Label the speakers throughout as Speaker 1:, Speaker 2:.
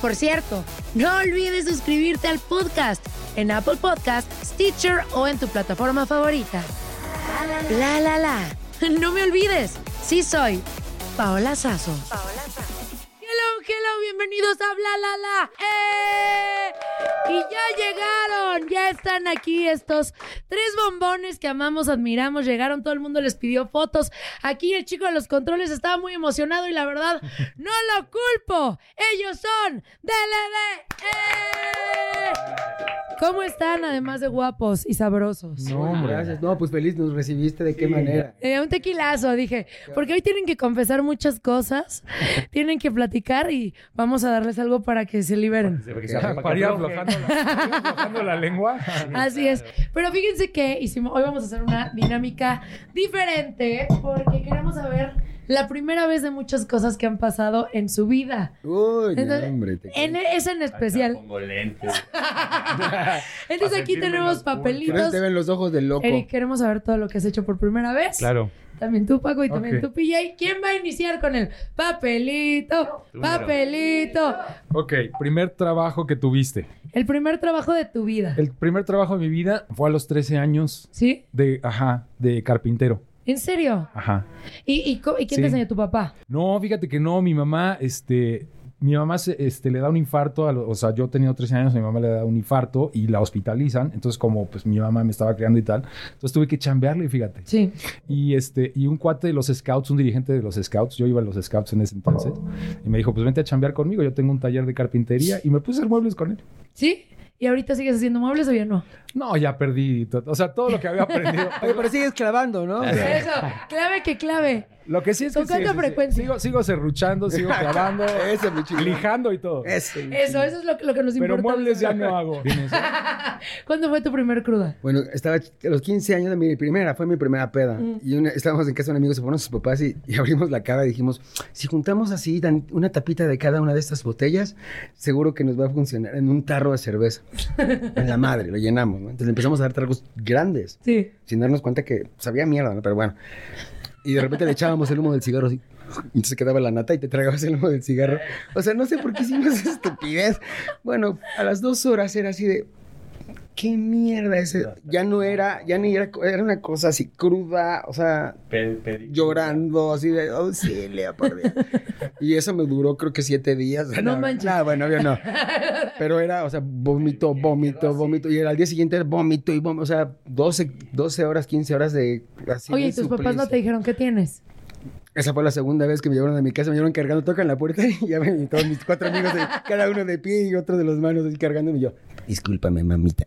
Speaker 1: Por cierto, no olvides suscribirte al podcast en Apple Podcast, Stitcher o en tu plataforma favorita. La la la. No me olvides, sí soy Paola Sazo. Hello, hello, bienvenidos a Bla La La. ¡Eh! Y ya llegaron, ya están aquí estos tres bombones que amamos, admiramos, llegaron, todo el mundo les pidió fotos. Aquí el chico de los controles estaba muy emocionado y la verdad, no lo culpo. Ellos son DLD. ¡Eh! ¿Cómo están además de guapos y sabrosos?
Speaker 2: No, hombre. Gracias. No, pues feliz nos recibiste. ¿De qué manera?
Speaker 1: Eh, un tequilazo, dije. Porque hoy tienen que confesar muchas cosas, tienen que platicar y vamos a darles algo para que se liberen.
Speaker 3: Para ir aflojando la, para ir aflojando la lengua.
Speaker 1: Así es. Pero fíjense que hicimos, hoy vamos a hacer una dinámica diferente porque queremos saber la primera vez de muchas cosas que han pasado en su vida.
Speaker 2: Uy, no,
Speaker 1: Entonces,
Speaker 2: hombre. te-
Speaker 1: En, es en especial.
Speaker 3: Pongo lentes.
Speaker 1: Entonces
Speaker 3: Pa'
Speaker 1: aquí
Speaker 3: sentirme
Speaker 1: tenemos
Speaker 3: más cool.
Speaker 2: Que no
Speaker 1: papelitos.
Speaker 2: te ven los ojos del este loco.
Speaker 1: Eric, queremos saber todo lo que has hecho por primera vez.
Speaker 3: Claro.
Speaker 1: También tú, Paco, y también
Speaker 3: Ok.
Speaker 1: tú, PJ. ¿Quién va a iniciar con el papelito?
Speaker 3: Tú,
Speaker 1: Papelito.
Speaker 3: Ok, primer trabajo que tuviste.
Speaker 1: El primer trabajo de tu vida.
Speaker 3: El primer trabajo de mi vida fue a los 13 años
Speaker 1: ¿Sí?
Speaker 3: de, ajá, de carpintero.
Speaker 1: ¿En serio?
Speaker 3: Ajá.
Speaker 1: ¿Y, y co- y quién te
Speaker 3: Sí.
Speaker 1: enseñó tu papá?
Speaker 3: No, fíjate que no, mi mamá, este, mi mamá se- este, le da un infarto, a lo- o sea, yo tenía 13 años, mi mamá le da un infarto y la hospitalizan, entonces como pues mi mamá me estaba criando y tal, entonces tuve que chambearle, fíjate.
Speaker 1: Sí.
Speaker 3: Y este, y un cuate de los scouts, un dirigente de los scouts, yo iba a los scouts en ese entonces, y me dijo, pues vente a chambear conmigo, yo tengo un taller de carpintería y me puse a hacer muebles con él.
Speaker 1: ¿Sí? ¿Y ahorita sigues haciendo muebles o ya no?
Speaker 3: No, ya perdí, to- o sea, todo lo que había aprendido.
Speaker 2: Oye, pero sigues clavando, ¿no?
Speaker 1: Eso, clave que clave.
Speaker 3: Lo que sí es que
Speaker 1: ¿Con cuánta
Speaker 3: sí, sí, sí,
Speaker 1: frecuencia?
Speaker 3: sigo, sigo serruchando, sigo clavando,
Speaker 2: Ese, mi chico.
Speaker 3: lijando y todo.
Speaker 2: Ese. mi
Speaker 1: Eso, eso es lo, que- lo que nos importa.
Speaker 3: Pero muebles ya no hago.
Speaker 1: ¿Cuándo fue tu primer cruda?
Speaker 2: Bueno, estaba ch- a los 15 años de mi primera, fue mi primera peda. Y una- estábamos en casa de un amigo, se fueron sus papás y, y abrimos la cara y dijimos, si juntamos así tan- una tapita de cada una de estas botellas, seguro que nos va a funcionar en un tarro de cerveza. en la madre, lo llenamos, ¿no? Entonces le empezamos a dar tragos grandes,
Speaker 1: Sí.
Speaker 2: sin darnos cuenta que sabía mierda, ¿no? Pero bueno. Y de repente le echábamos el humo del cigarro así. Entonces quedaba la nata y te tragabas el humo del cigarro. O sea, no sé por qué hicimos esa estupidez. Bueno, a las dos horas era así de, ¿Qué mierda es eso? Ya no era, ya ni era, era una cosa así cruda, o sea, llorando, así de auxilio, por Dios. Y eso me duró creo que siete días.
Speaker 1: No manches.
Speaker 2: Ah, bueno, yo no. Pero era, o sea, vómito, vómito, vómito. Y era, al día siguiente era vómito y vómito, o sea, 12, 12 horas, 15 horas de así
Speaker 1: Oye,
Speaker 2: de
Speaker 1: ¿y tus papás no te
Speaker 2: suplicio.
Speaker 1: dijeron qué tienes?
Speaker 2: Esa fue la segunda vez que me llevaron a mi casa, me llevaron cargando, tocan la puerta y ya ven todos mis cuatro amigos, de- cada uno de pie y otro de las manos así cargándome y yo, discúlpame, mamita.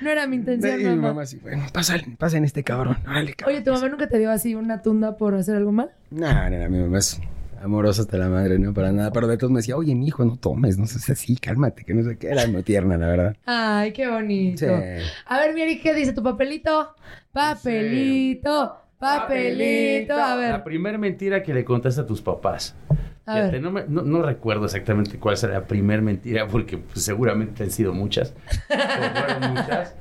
Speaker 1: No era mi intención,
Speaker 2: Y mi
Speaker 1: mamá.
Speaker 2: mamá sí, bueno, pásale, pasen este cabrón. Órale, cabrón.
Speaker 4: Oye, ¿tu mamá nunca te dio así una tunda por hacer algo mal?
Speaker 2: No, no, no, mi mamá es amorosa hasta la madre, no para nada. Pero de todos me decía, oye, mi hijo, no tomes, no seas así, cálmate, que no sé qué. Era muy tierna, la verdad.
Speaker 1: Ay, qué bonito.
Speaker 2: Sí.
Speaker 1: A ver, Mieri, ¿qué dice tu papelito? Papelito, papelito. A
Speaker 5: La
Speaker 1: ver,
Speaker 5: primera mentira que le contaste a tus papás.
Speaker 1: a
Speaker 5: Fíjate,
Speaker 1: ver.
Speaker 5: no, me- no- no recuerdo exactamente cuál será la primera mentira, porque pues, seguramente han sido muchas. O fueron muchas.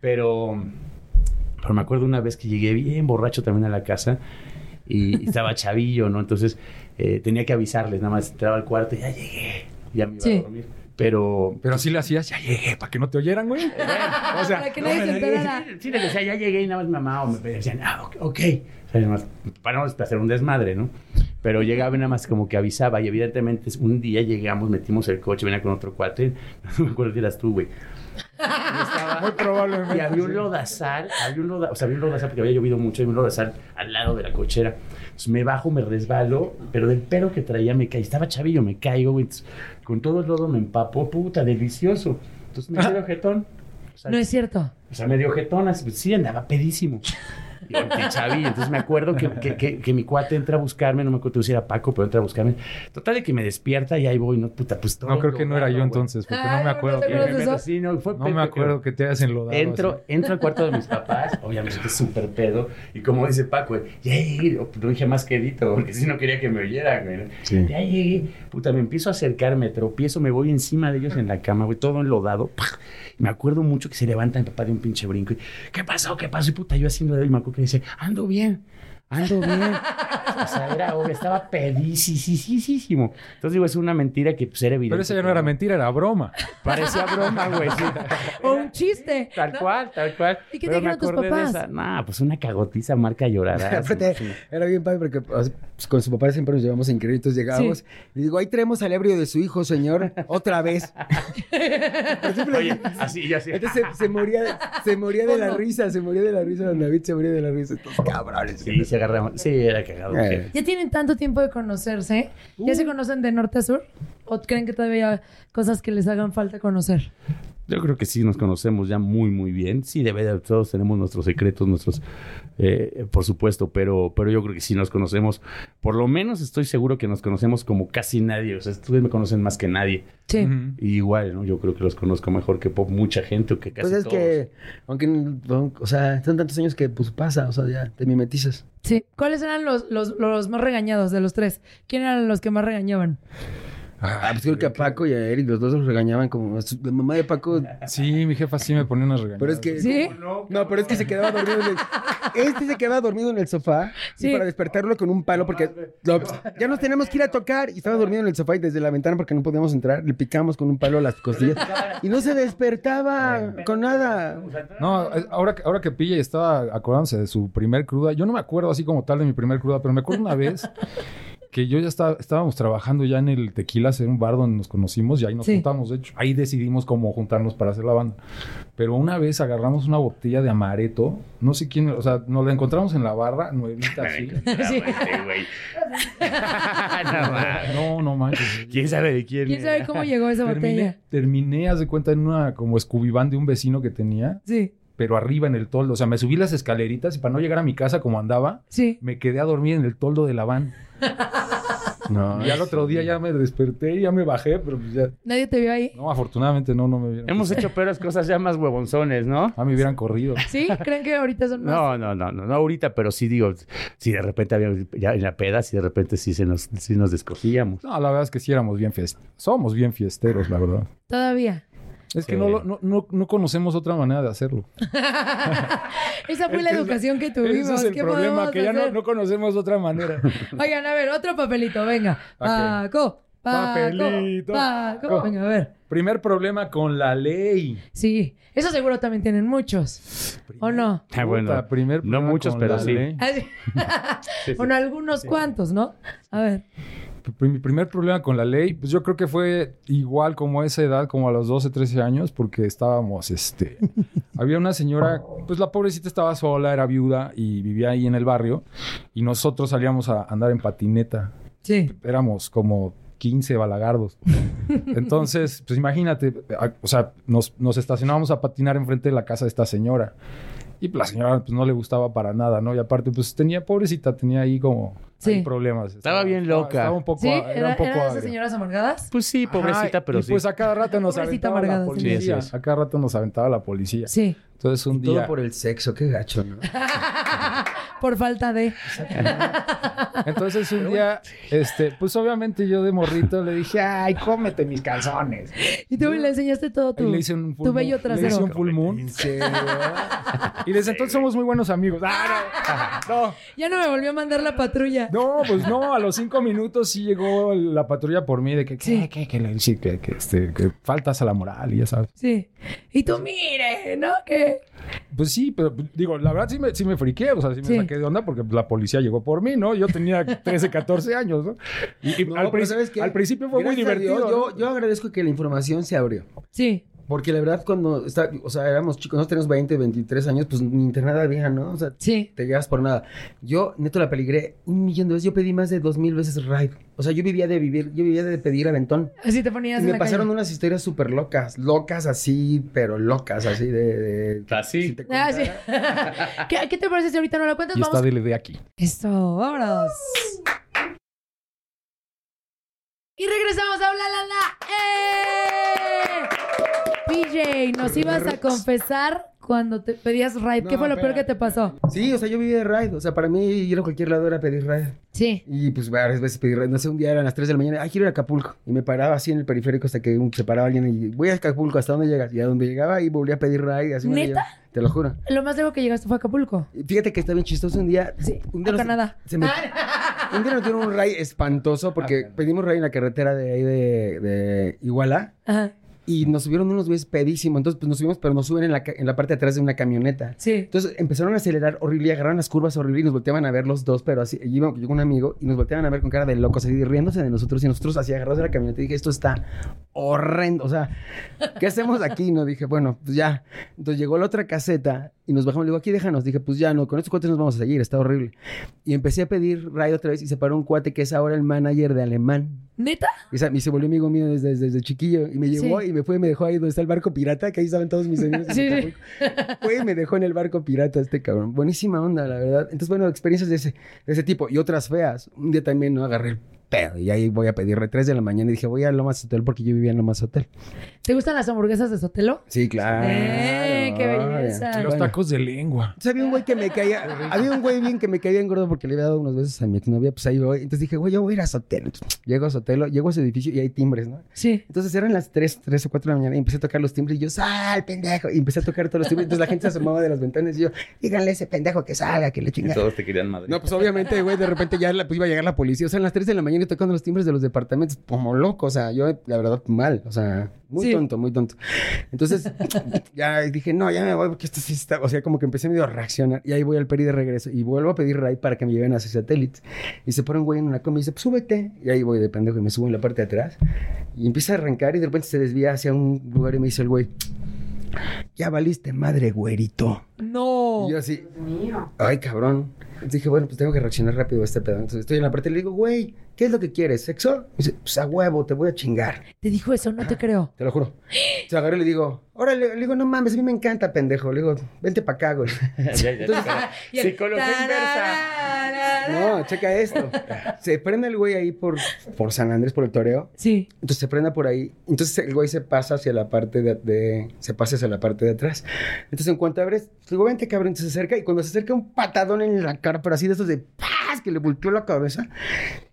Speaker 5: Pero, pero me acuerdo una vez que llegué bien borracho también a la casa y, estaba chavillo, ¿no? Entonces eh, tenía que avisarles, nada más entraba al cuarto y ya llegué, ya me iba
Speaker 1: Sí.
Speaker 5: a dormir. Pero.
Speaker 3: Pero sí le hacías, ya llegué, para que no te oyeran, güey. O sea,
Speaker 1: Para que nadie se enterara.
Speaker 5: Sí, le decía, ya llegué y nada más mamá o me decían, ah, ok. okay. O sea, nada más, para no hacer un desmadre, ¿no? Pero llegaba y nada más como que avisaba y evidentemente un día llegamos, metimos el coche, venía con otro cuate, no me acuerdo si eras tú, güey. Y estaba-
Speaker 3: muy probablemente.
Speaker 5: y había un lodazal, había un lodazal, o sea, había un lodazal porque había llovido mucho, había un lodazal al lado de la cochera. Entonces me bajo, me resbalo, pero del pelo que traía me caí, estaba chavillo, me caigo, güey. Entonces, con todo el lodo me empapó, puta, delicioso. Entonces me quedo jetón. O sea,
Speaker 1: No es cierto.
Speaker 5: o sea, medio jetón, así, pues, sí, andaba pedísimo. Y ahorita, Chavi, entonces me acuerdo que, que- que- que mi cuate entra a buscarme, no me acuerdo si era Paco, pero entra a buscarme. Total de que me despierta y ahí voy, no, puta, pues todo.
Speaker 3: No, creo que no era yo
Speaker 5: logrado,
Speaker 3: entonces, porque
Speaker 1: Ay,
Speaker 3: no me
Speaker 1: ¿no te
Speaker 3: acuerdo.
Speaker 5: güey.
Speaker 1: acuerdas
Speaker 3: que-
Speaker 5: Y me
Speaker 1: de eso?
Speaker 5: meto- sí, no, fue
Speaker 3: No
Speaker 5: pedo,
Speaker 3: me acuerdo
Speaker 5: creo.
Speaker 3: que te hayas enlodado. así.
Speaker 5: Entro, entro al cuarto de mis papás, obviamente súper pedo, y como dice Paco, güey, ya llegué, o- lo dije más quedito, porque si no quería que me oyeran, güey.
Speaker 2: Sí.
Speaker 5: Ya llegué, puta, me empiezo a acercar, me tropiezo, me voy encima de ellos en la cama, güey, todo enlodado. ¡pac! Me acuerdo mucho que se levanta mi papá de un pinche brinco, y, ¿qué pasó? ¿Qué pasó? Y puta, yo haciendo de él, me acuerdo que dice, ando bien. Ando bien. O sea, era, obvio, estaba pedísimo. Entonces, digo, es una mentira que pues, era evidente.
Speaker 3: Pero esa ya no era mentira, era broma.
Speaker 5: Parecía broma, güey. sí.
Speaker 1: O un chiste.
Speaker 5: Tal
Speaker 1: ¿no?
Speaker 5: cual, tal cual.
Speaker 1: ¿Y qué te
Speaker 5: Pero me
Speaker 1: dijeron tus
Speaker 5: acordé de
Speaker 1: papás?
Speaker 5: esa. Nah, pues una cagotiza marca llorará.
Speaker 2: Aparte, era bien padre porque o sea, pues, con su papá siempre nos llevamos increíble. Entonces llegábamos y digo, ahí traemos al ebrio de su hijo, señor, otra vez. Pero siempre-
Speaker 5: Oye, así, yo así.
Speaker 2: Entonces se, se moría, de- se moría de la risa, se moría de la risa, don David se moría de la risa. Estos cabrones.
Speaker 5: Sí, se agarraban. Sí, era cagado.
Speaker 2: Eh.
Speaker 1: ¿Ya tienen tanto tiempo de conocerse? ¿Ya
Speaker 3: Uh.
Speaker 1: se conocen de norte a sur? ¿O creen que todavía hay cosas que les hagan falta conocer?
Speaker 5: Yo creo que sí nos conocemos ya muy, muy bien. Sí, de verdad, todos tenemos nuestros secretos, nuestros, eh, por supuesto, pero, pero yo creo que sí nos conocemos. Por lo menos estoy seguro que nos conocemos como casi nadie. O sea, ustedes me conocen más que nadie.
Speaker 1: Sí.
Speaker 3: Ujú.
Speaker 5: Y igual, ¿no? Yo creo que los conozco mejor que po- mucha gente o que casi
Speaker 2: Pues es
Speaker 5: todos.
Speaker 2: que, aunque, no- o sea, son tantos años que pues pasa, o sea, ya te mimetizas.
Speaker 1: Sí. ¿Cuáles eran los, los, los más regañados de los tres? ¿Quién eran los que más regañaban?
Speaker 2: Ah, pues creo que a Paco y a Eric los dos los regañaban como su- la mamá de Paco.
Speaker 3: Sí, mi jefa sí me ponía unas regañadas.
Speaker 2: Pero es que.
Speaker 1: ¿Sí?
Speaker 2: No, pero es que se quedaba dormido en el. Este se quedaba dormido en el sofá
Speaker 1: Sí.
Speaker 2: y para despertarlo con un palo porque lo- ya nos tenemos que ir a tocar y estaba dormido en el sofá y desde la ventana porque no podíamos entrar le picamos con un palo las costillas y no se despertaba con nada.
Speaker 3: No, es- ahora, que- ahora que pilla y estaba acordándose de su primer cruda, yo no me acuerdo así como tal de mi primer cruda, pero me acuerdo una vez que yo ya estaba, estábamos trabajando ya en el Tequila, en un bar donde nos conocimos y ahí nos
Speaker 1: Sí.
Speaker 3: juntamos, de hecho. Ahí decidimos cómo juntarnos para hacer la banda. Pero una vez agarramos una botella de amareto, no sé quién, o sea, nos la encontramos en la barra, nuevita así.
Speaker 5: Sí. güey. No, ma.
Speaker 3: No, no manches.
Speaker 5: ¿Quién sabe de quién?
Speaker 1: ¿Quién sabe cómo llegó esa
Speaker 3: Terminé,
Speaker 1: botella?
Speaker 3: terminé, haz de cuenta, en una como Scooby Van de un vecino que tenía,
Speaker 1: Sí,
Speaker 3: pero arriba en el toldo. O sea, me subí las escaleritas y para no llegar a mi casa como andaba,
Speaker 1: sí.
Speaker 3: me quedé a dormir en el toldo de la van.
Speaker 2: No,
Speaker 3: Y al otro día ya me desperté y ya me bajé, pero pues ya.
Speaker 1: ¿Nadie te vio ahí?
Speaker 3: No, afortunadamente no, no me vieron.
Speaker 5: Hemos hecho peores cosas ya más huevonzones, ¿no?
Speaker 3: Ah, me hubieran corrido.
Speaker 1: ¿Sí? ¿Creen que ahorita son más?
Speaker 5: No, no, no, no, no ahorita, pero sí digo, si de repente había ya en la peda, si de repente sí se nos, sí nos descogíamos.
Speaker 3: No, la verdad es que sí éramos bien fiesteros. Somos bien fiesteros, la verdad.
Speaker 1: Todavía.
Speaker 3: Es que
Speaker 5: Sí.
Speaker 3: no, lo- no, no, no conocemos otra manera de hacerlo.
Speaker 1: Esa fue la educación que tuvimos.
Speaker 3: Ese es el
Speaker 1: ¿Qué
Speaker 3: problema,
Speaker 1: podemos
Speaker 3: que ya no,
Speaker 1: hacer?
Speaker 3: no conocemos otra manera.
Speaker 1: Oigan, a ver, otro papelito, venga. Paco, Paco,
Speaker 3: Papelito.
Speaker 1: Paco.
Speaker 3: Co.
Speaker 1: Venga, a ver.
Speaker 3: Primer problema con la ley.
Speaker 1: Sí, eso seguro también tienen muchos. ¿O no? Ah,
Speaker 5: Ah, bueno,
Speaker 3: Puta, primer
Speaker 5: no
Speaker 3: problema
Speaker 5: muchos,
Speaker 3: con
Speaker 5: pero
Speaker 3: la
Speaker 5: sí.
Speaker 3: ley.
Speaker 1: Así- bueno, algunos cuantos, ¿no? A ver.
Speaker 3: Pr- Mi primer problema con la ley, pues yo creo que fue igual como a esa edad, como a los 12, 13 años, porque estábamos, este, había una señora, pues la pobrecita estaba sola, era viuda y vivía ahí en el barrio, y nosotros salíamos a andar en patineta.
Speaker 1: Sí.
Speaker 3: Éramos como 15 balagardos. Entonces, pues imagínate, a- o sea, nos, nos estacionábamos a patinar enfrente de la casa de esta señora. Y pues, la señora pues, no le gustaba para nada, ¿no? Y aparte, pues tenía, pobrecita, tenía ahí como
Speaker 1: Sí.
Speaker 3: ahí problemas.
Speaker 5: Estaba bien loca.
Speaker 3: Estaba un poco,
Speaker 1: Sí,
Speaker 3: a- era,
Speaker 1: era,
Speaker 3: un poco
Speaker 1: era de
Speaker 3: agria.
Speaker 1: esas señoras amargadas.
Speaker 5: Pues sí, pobrecita,
Speaker 3: Ajá,
Speaker 5: pero
Speaker 3: y
Speaker 5: sí.
Speaker 3: pues a cada rato nos
Speaker 1: Pobrecita
Speaker 3: aventaba
Speaker 1: amargada,
Speaker 3: la
Speaker 1: sí.
Speaker 5: Sí,
Speaker 3: policía.
Speaker 5: así es.
Speaker 3: A cada rato nos aventaba la policía.
Speaker 1: Sí.
Speaker 3: Entonces un
Speaker 2: Todo
Speaker 3: día...
Speaker 2: por el sexo, qué gacho, ¿no?
Speaker 1: Por falta de.
Speaker 3: Entonces un día, este, pues obviamente yo de morrito le dije, ay, cómete mis calzones.
Speaker 1: Y tú le enseñaste todo
Speaker 3: Y
Speaker 1: tu.
Speaker 3: le hice un full
Speaker 1: tu bello
Speaker 3: moon. Le hice
Speaker 1: trasero.
Speaker 3: un full moon. Y desde entonces somos muy buenos amigos. Ah, no. no.
Speaker 1: Ya no me volvió a mandar la patrulla.
Speaker 3: No, pues no, a los cinco minutos sí llegó la patrulla por mí de que,
Speaker 1: Sí.
Speaker 3: que, que, que, le- sí, que, que, este, que faltas a la moral y ya sabes.
Speaker 1: Sí. Y tú, mire, ¿no? Que.
Speaker 3: Pues sí, pero digo, la verdad sí me, sí me friqué, o sea, sí me
Speaker 1: Sí.
Speaker 3: saqué de onda porque la policía llegó por mí, ¿no? Yo tenía 13, 14 años, ¿no? Y, y
Speaker 2: No,
Speaker 3: al,
Speaker 2: pero
Speaker 3: princi-
Speaker 2: ¿sabes qué?
Speaker 3: al principio fue muy
Speaker 2: Gracias a
Speaker 3: divertido.
Speaker 2: Dios,
Speaker 3: ¿no?
Speaker 2: yo, yo agradezco que la información se abrió.
Speaker 1: Sí.
Speaker 2: Porque la verdad, cuando está, o sea, éramos chicos, nosotros teníamos 20, 23 años, pues ni internada había, ¿no? O sea,
Speaker 1: Sí.
Speaker 2: te llevas por nada. Yo, neto, la peligré un millón de veces. Yo pedí más de dos mil veces ride. O sea, yo vivía de vivir, yo vivía de pedir aventón.
Speaker 1: Así te
Speaker 2: Y
Speaker 1: ponías en
Speaker 2: me
Speaker 1: la
Speaker 2: pasaron
Speaker 1: calle.
Speaker 2: unas historias súper locas. Locas así, pero locas, así de... de- si
Speaker 5: Así.
Speaker 2: te contara.
Speaker 1: Ah, sí. ¿Qué, qué te parece si ahorita no la cuentas?
Speaker 3: Y está
Speaker 1: Vamos.
Speaker 3: de aquí.
Speaker 1: Eso, vámonos. Y regresamos a Bla La La. ¡Eh! PJ, nos ibas a confesar cuando te pedías ride. ¿Qué
Speaker 2: No,
Speaker 1: fue lo peor que
Speaker 2: espérate.
Speaker 1: te pasó?
Speaker 2: Sí, o sea, yo vivía de ride. O sea, para mí ir a cualquier lado era pedir ride.
Speaker 1: Sí.
Speaker 2: Y pues varias veces pedí ride. No sé, un día eran las 3 de la mañana. Ay, quiero ir a Acapulco. Y me paraba así en el periférico hasta que um, se paraba alguien y voy a Acapulco, ¿hasta dónde llegas? Y a donde llegaba y volví a pedir ride. Así me la
Speaker 1: ¿Neta?
Speaker 2: llevaba. Te lo juro.
Speaker 1: Lo más lejos que llegaste fue a Acapulco.
Speaker 2: Y Fíjate que está bien chistoso un día.
Speaker 1: Sí,
Speaker 2: un día
Speaker 1: a
Speaker 2: nos-
Speaker 1: Canadá. Ah,
Speaker 2: se me- un día nos dieron un ray espantoso porque pedimos ray en la carretera de ahí de, de Iguala
Speaker 1: Ajá.
Speaker 2: y nos subieron unos güeyes pedísimos. Entonces, pues nos subimos, pero nos suben en la, ca- en la parte de atrás de una camioneta.
Speaker 1: Sí.
Speaker 2: Entonces empezaron a acelerar horrible y agarraron las curvas horrible y nos volteaban a ver los dos, pero así, y iba, llegó un amigo y nos volteaban a ver con cara de locos, así riéndose de nosotros y nosotros así agarrados de la camioneta y dije, esto está horrendo, o sea, ¿qué hacemos aquí? No dije, bueno, pues ya. Entonces llegó la otra caseta y nos bajamos, le digo, aquí déjanos, dije, pues ya no, con estos cuates nos vamos a seguir, está horrible. Y empecé a pedir ride otra vez y se paró un cuate que es ahora el manager de Alemán.
Speaker 1: ¿Neta?
Speaker 2: Y sa- y se volvió amigo mío desde, desde chiquillo. Y me llevó
Speaker 1: Sí.
Speaker 2: y me fue y me dejó ahí donde está el barco pirata, que ahí saben todos mis amigos. en
Speaker 1: Sí, sí.
Speaker 2: Acapulco. Fue y me dejó en el barco pirata este cabrón. Buenísima onda, la verdad. Entonces, bueno, experiencias de ese, de ese tipo y otras feas. Un día también no agarré el pedo y ahí voy a pedirle 3 de la mañana y dije, voy a Lomas Hotel porque yo vivía en Lomas Hotel.
Speaker 1: ¿Te gustan las hamburguesas de Sotelo?
Speaker 2: Sí, claro.
Speaker 1: ¡Eh, qué belleza!
Speaker 3: Y los
Speaker 2: Bueno.
Speaker 3: tacos de lengua.
Speaker 2: Entonces, había un güey que me caía, había un güey bien que me caía bien gordo porque le había dado unos besos a mi exnovia, pues ahí voy. Entonces dije, güey, yo voy a ir a Sotelo. Entonces, Llego a Sotelo, llego a ese edificio y hay timbres, ¿no?
Speaker 1: Sí.
Speaker 2: Entonces eran las 3, 3 o 4 de la mañana y empecé a tocar los timbres y yo, ¡sal, pendejo! Y empecé a tocar todos los timbres. Entonces la gente se asomaba de las ventanas y yo, díganle a ese pendejo que salga, que le
Speaker 5: Y
Speaker 2: chinga.
Speaker 5: todos te querían madre.
Speaker 2: No, pues obviamente, güey, de repente ya la- pues, iba a llegar la policía. O sea, en las 3 de la mañana y tocando los timbres de los departamentos, como loco. O sea, yo, la verdad, mal. O sea, muy
Speaker 1: Sí.
Speaker 2: tonto, muy tonto. Entonces, ya dije, no, ya me voy porque esto sí está. O sea, como que empecé medio a reaccionar. Y ahí voy al peri de regreso y vuelvo a pedir ray para que me lleven a su satélite. Y se pone un güey en una combi y dice, pues súbete. Y ahí voy de pendejo y me subo en la parte de atrás. Y empieza a arrancar y de repente se desvía hacia un lugar y me dice el güey, ya valiste madre, güerito.
Speaker 1: No.
Speaker 2: Y yo así, ay, cabrón. Entonces dije, bueno, pues tengo que reaccionar rápido a este pedo. Entonces estoy en la parte y le digo, güey, ¿qué es lo que quieres? ¿Sexo? Y dice, pues a huevo, te voy a chingar.
Speaker 1: Te dijo eso, no te creo.
Speaker 2: Te lo juro. Se agarré y le digo, órale, le digo, no mames, a mí me encanta, pendejo. Le digo, vente para acá, güey.
Speaker 1: Y el- Tararara.
Speaker 2: No, checa esto. Se prende el güey ahí por, por San Andrés, por el toreo.
Speaker 1: Sí.
Speaker 2: Entonces se prenda por ahí. Entonces el güey se pasa hacia la parte de, de- se pasa hacia la parte de atrás. Entonces en cuanto abres, pues, le digo, vente cabrón, Entonces, se acerca y cuando se acerca un patadón en la cara, pero así de esos de ¡paz! que le volteó la cabeza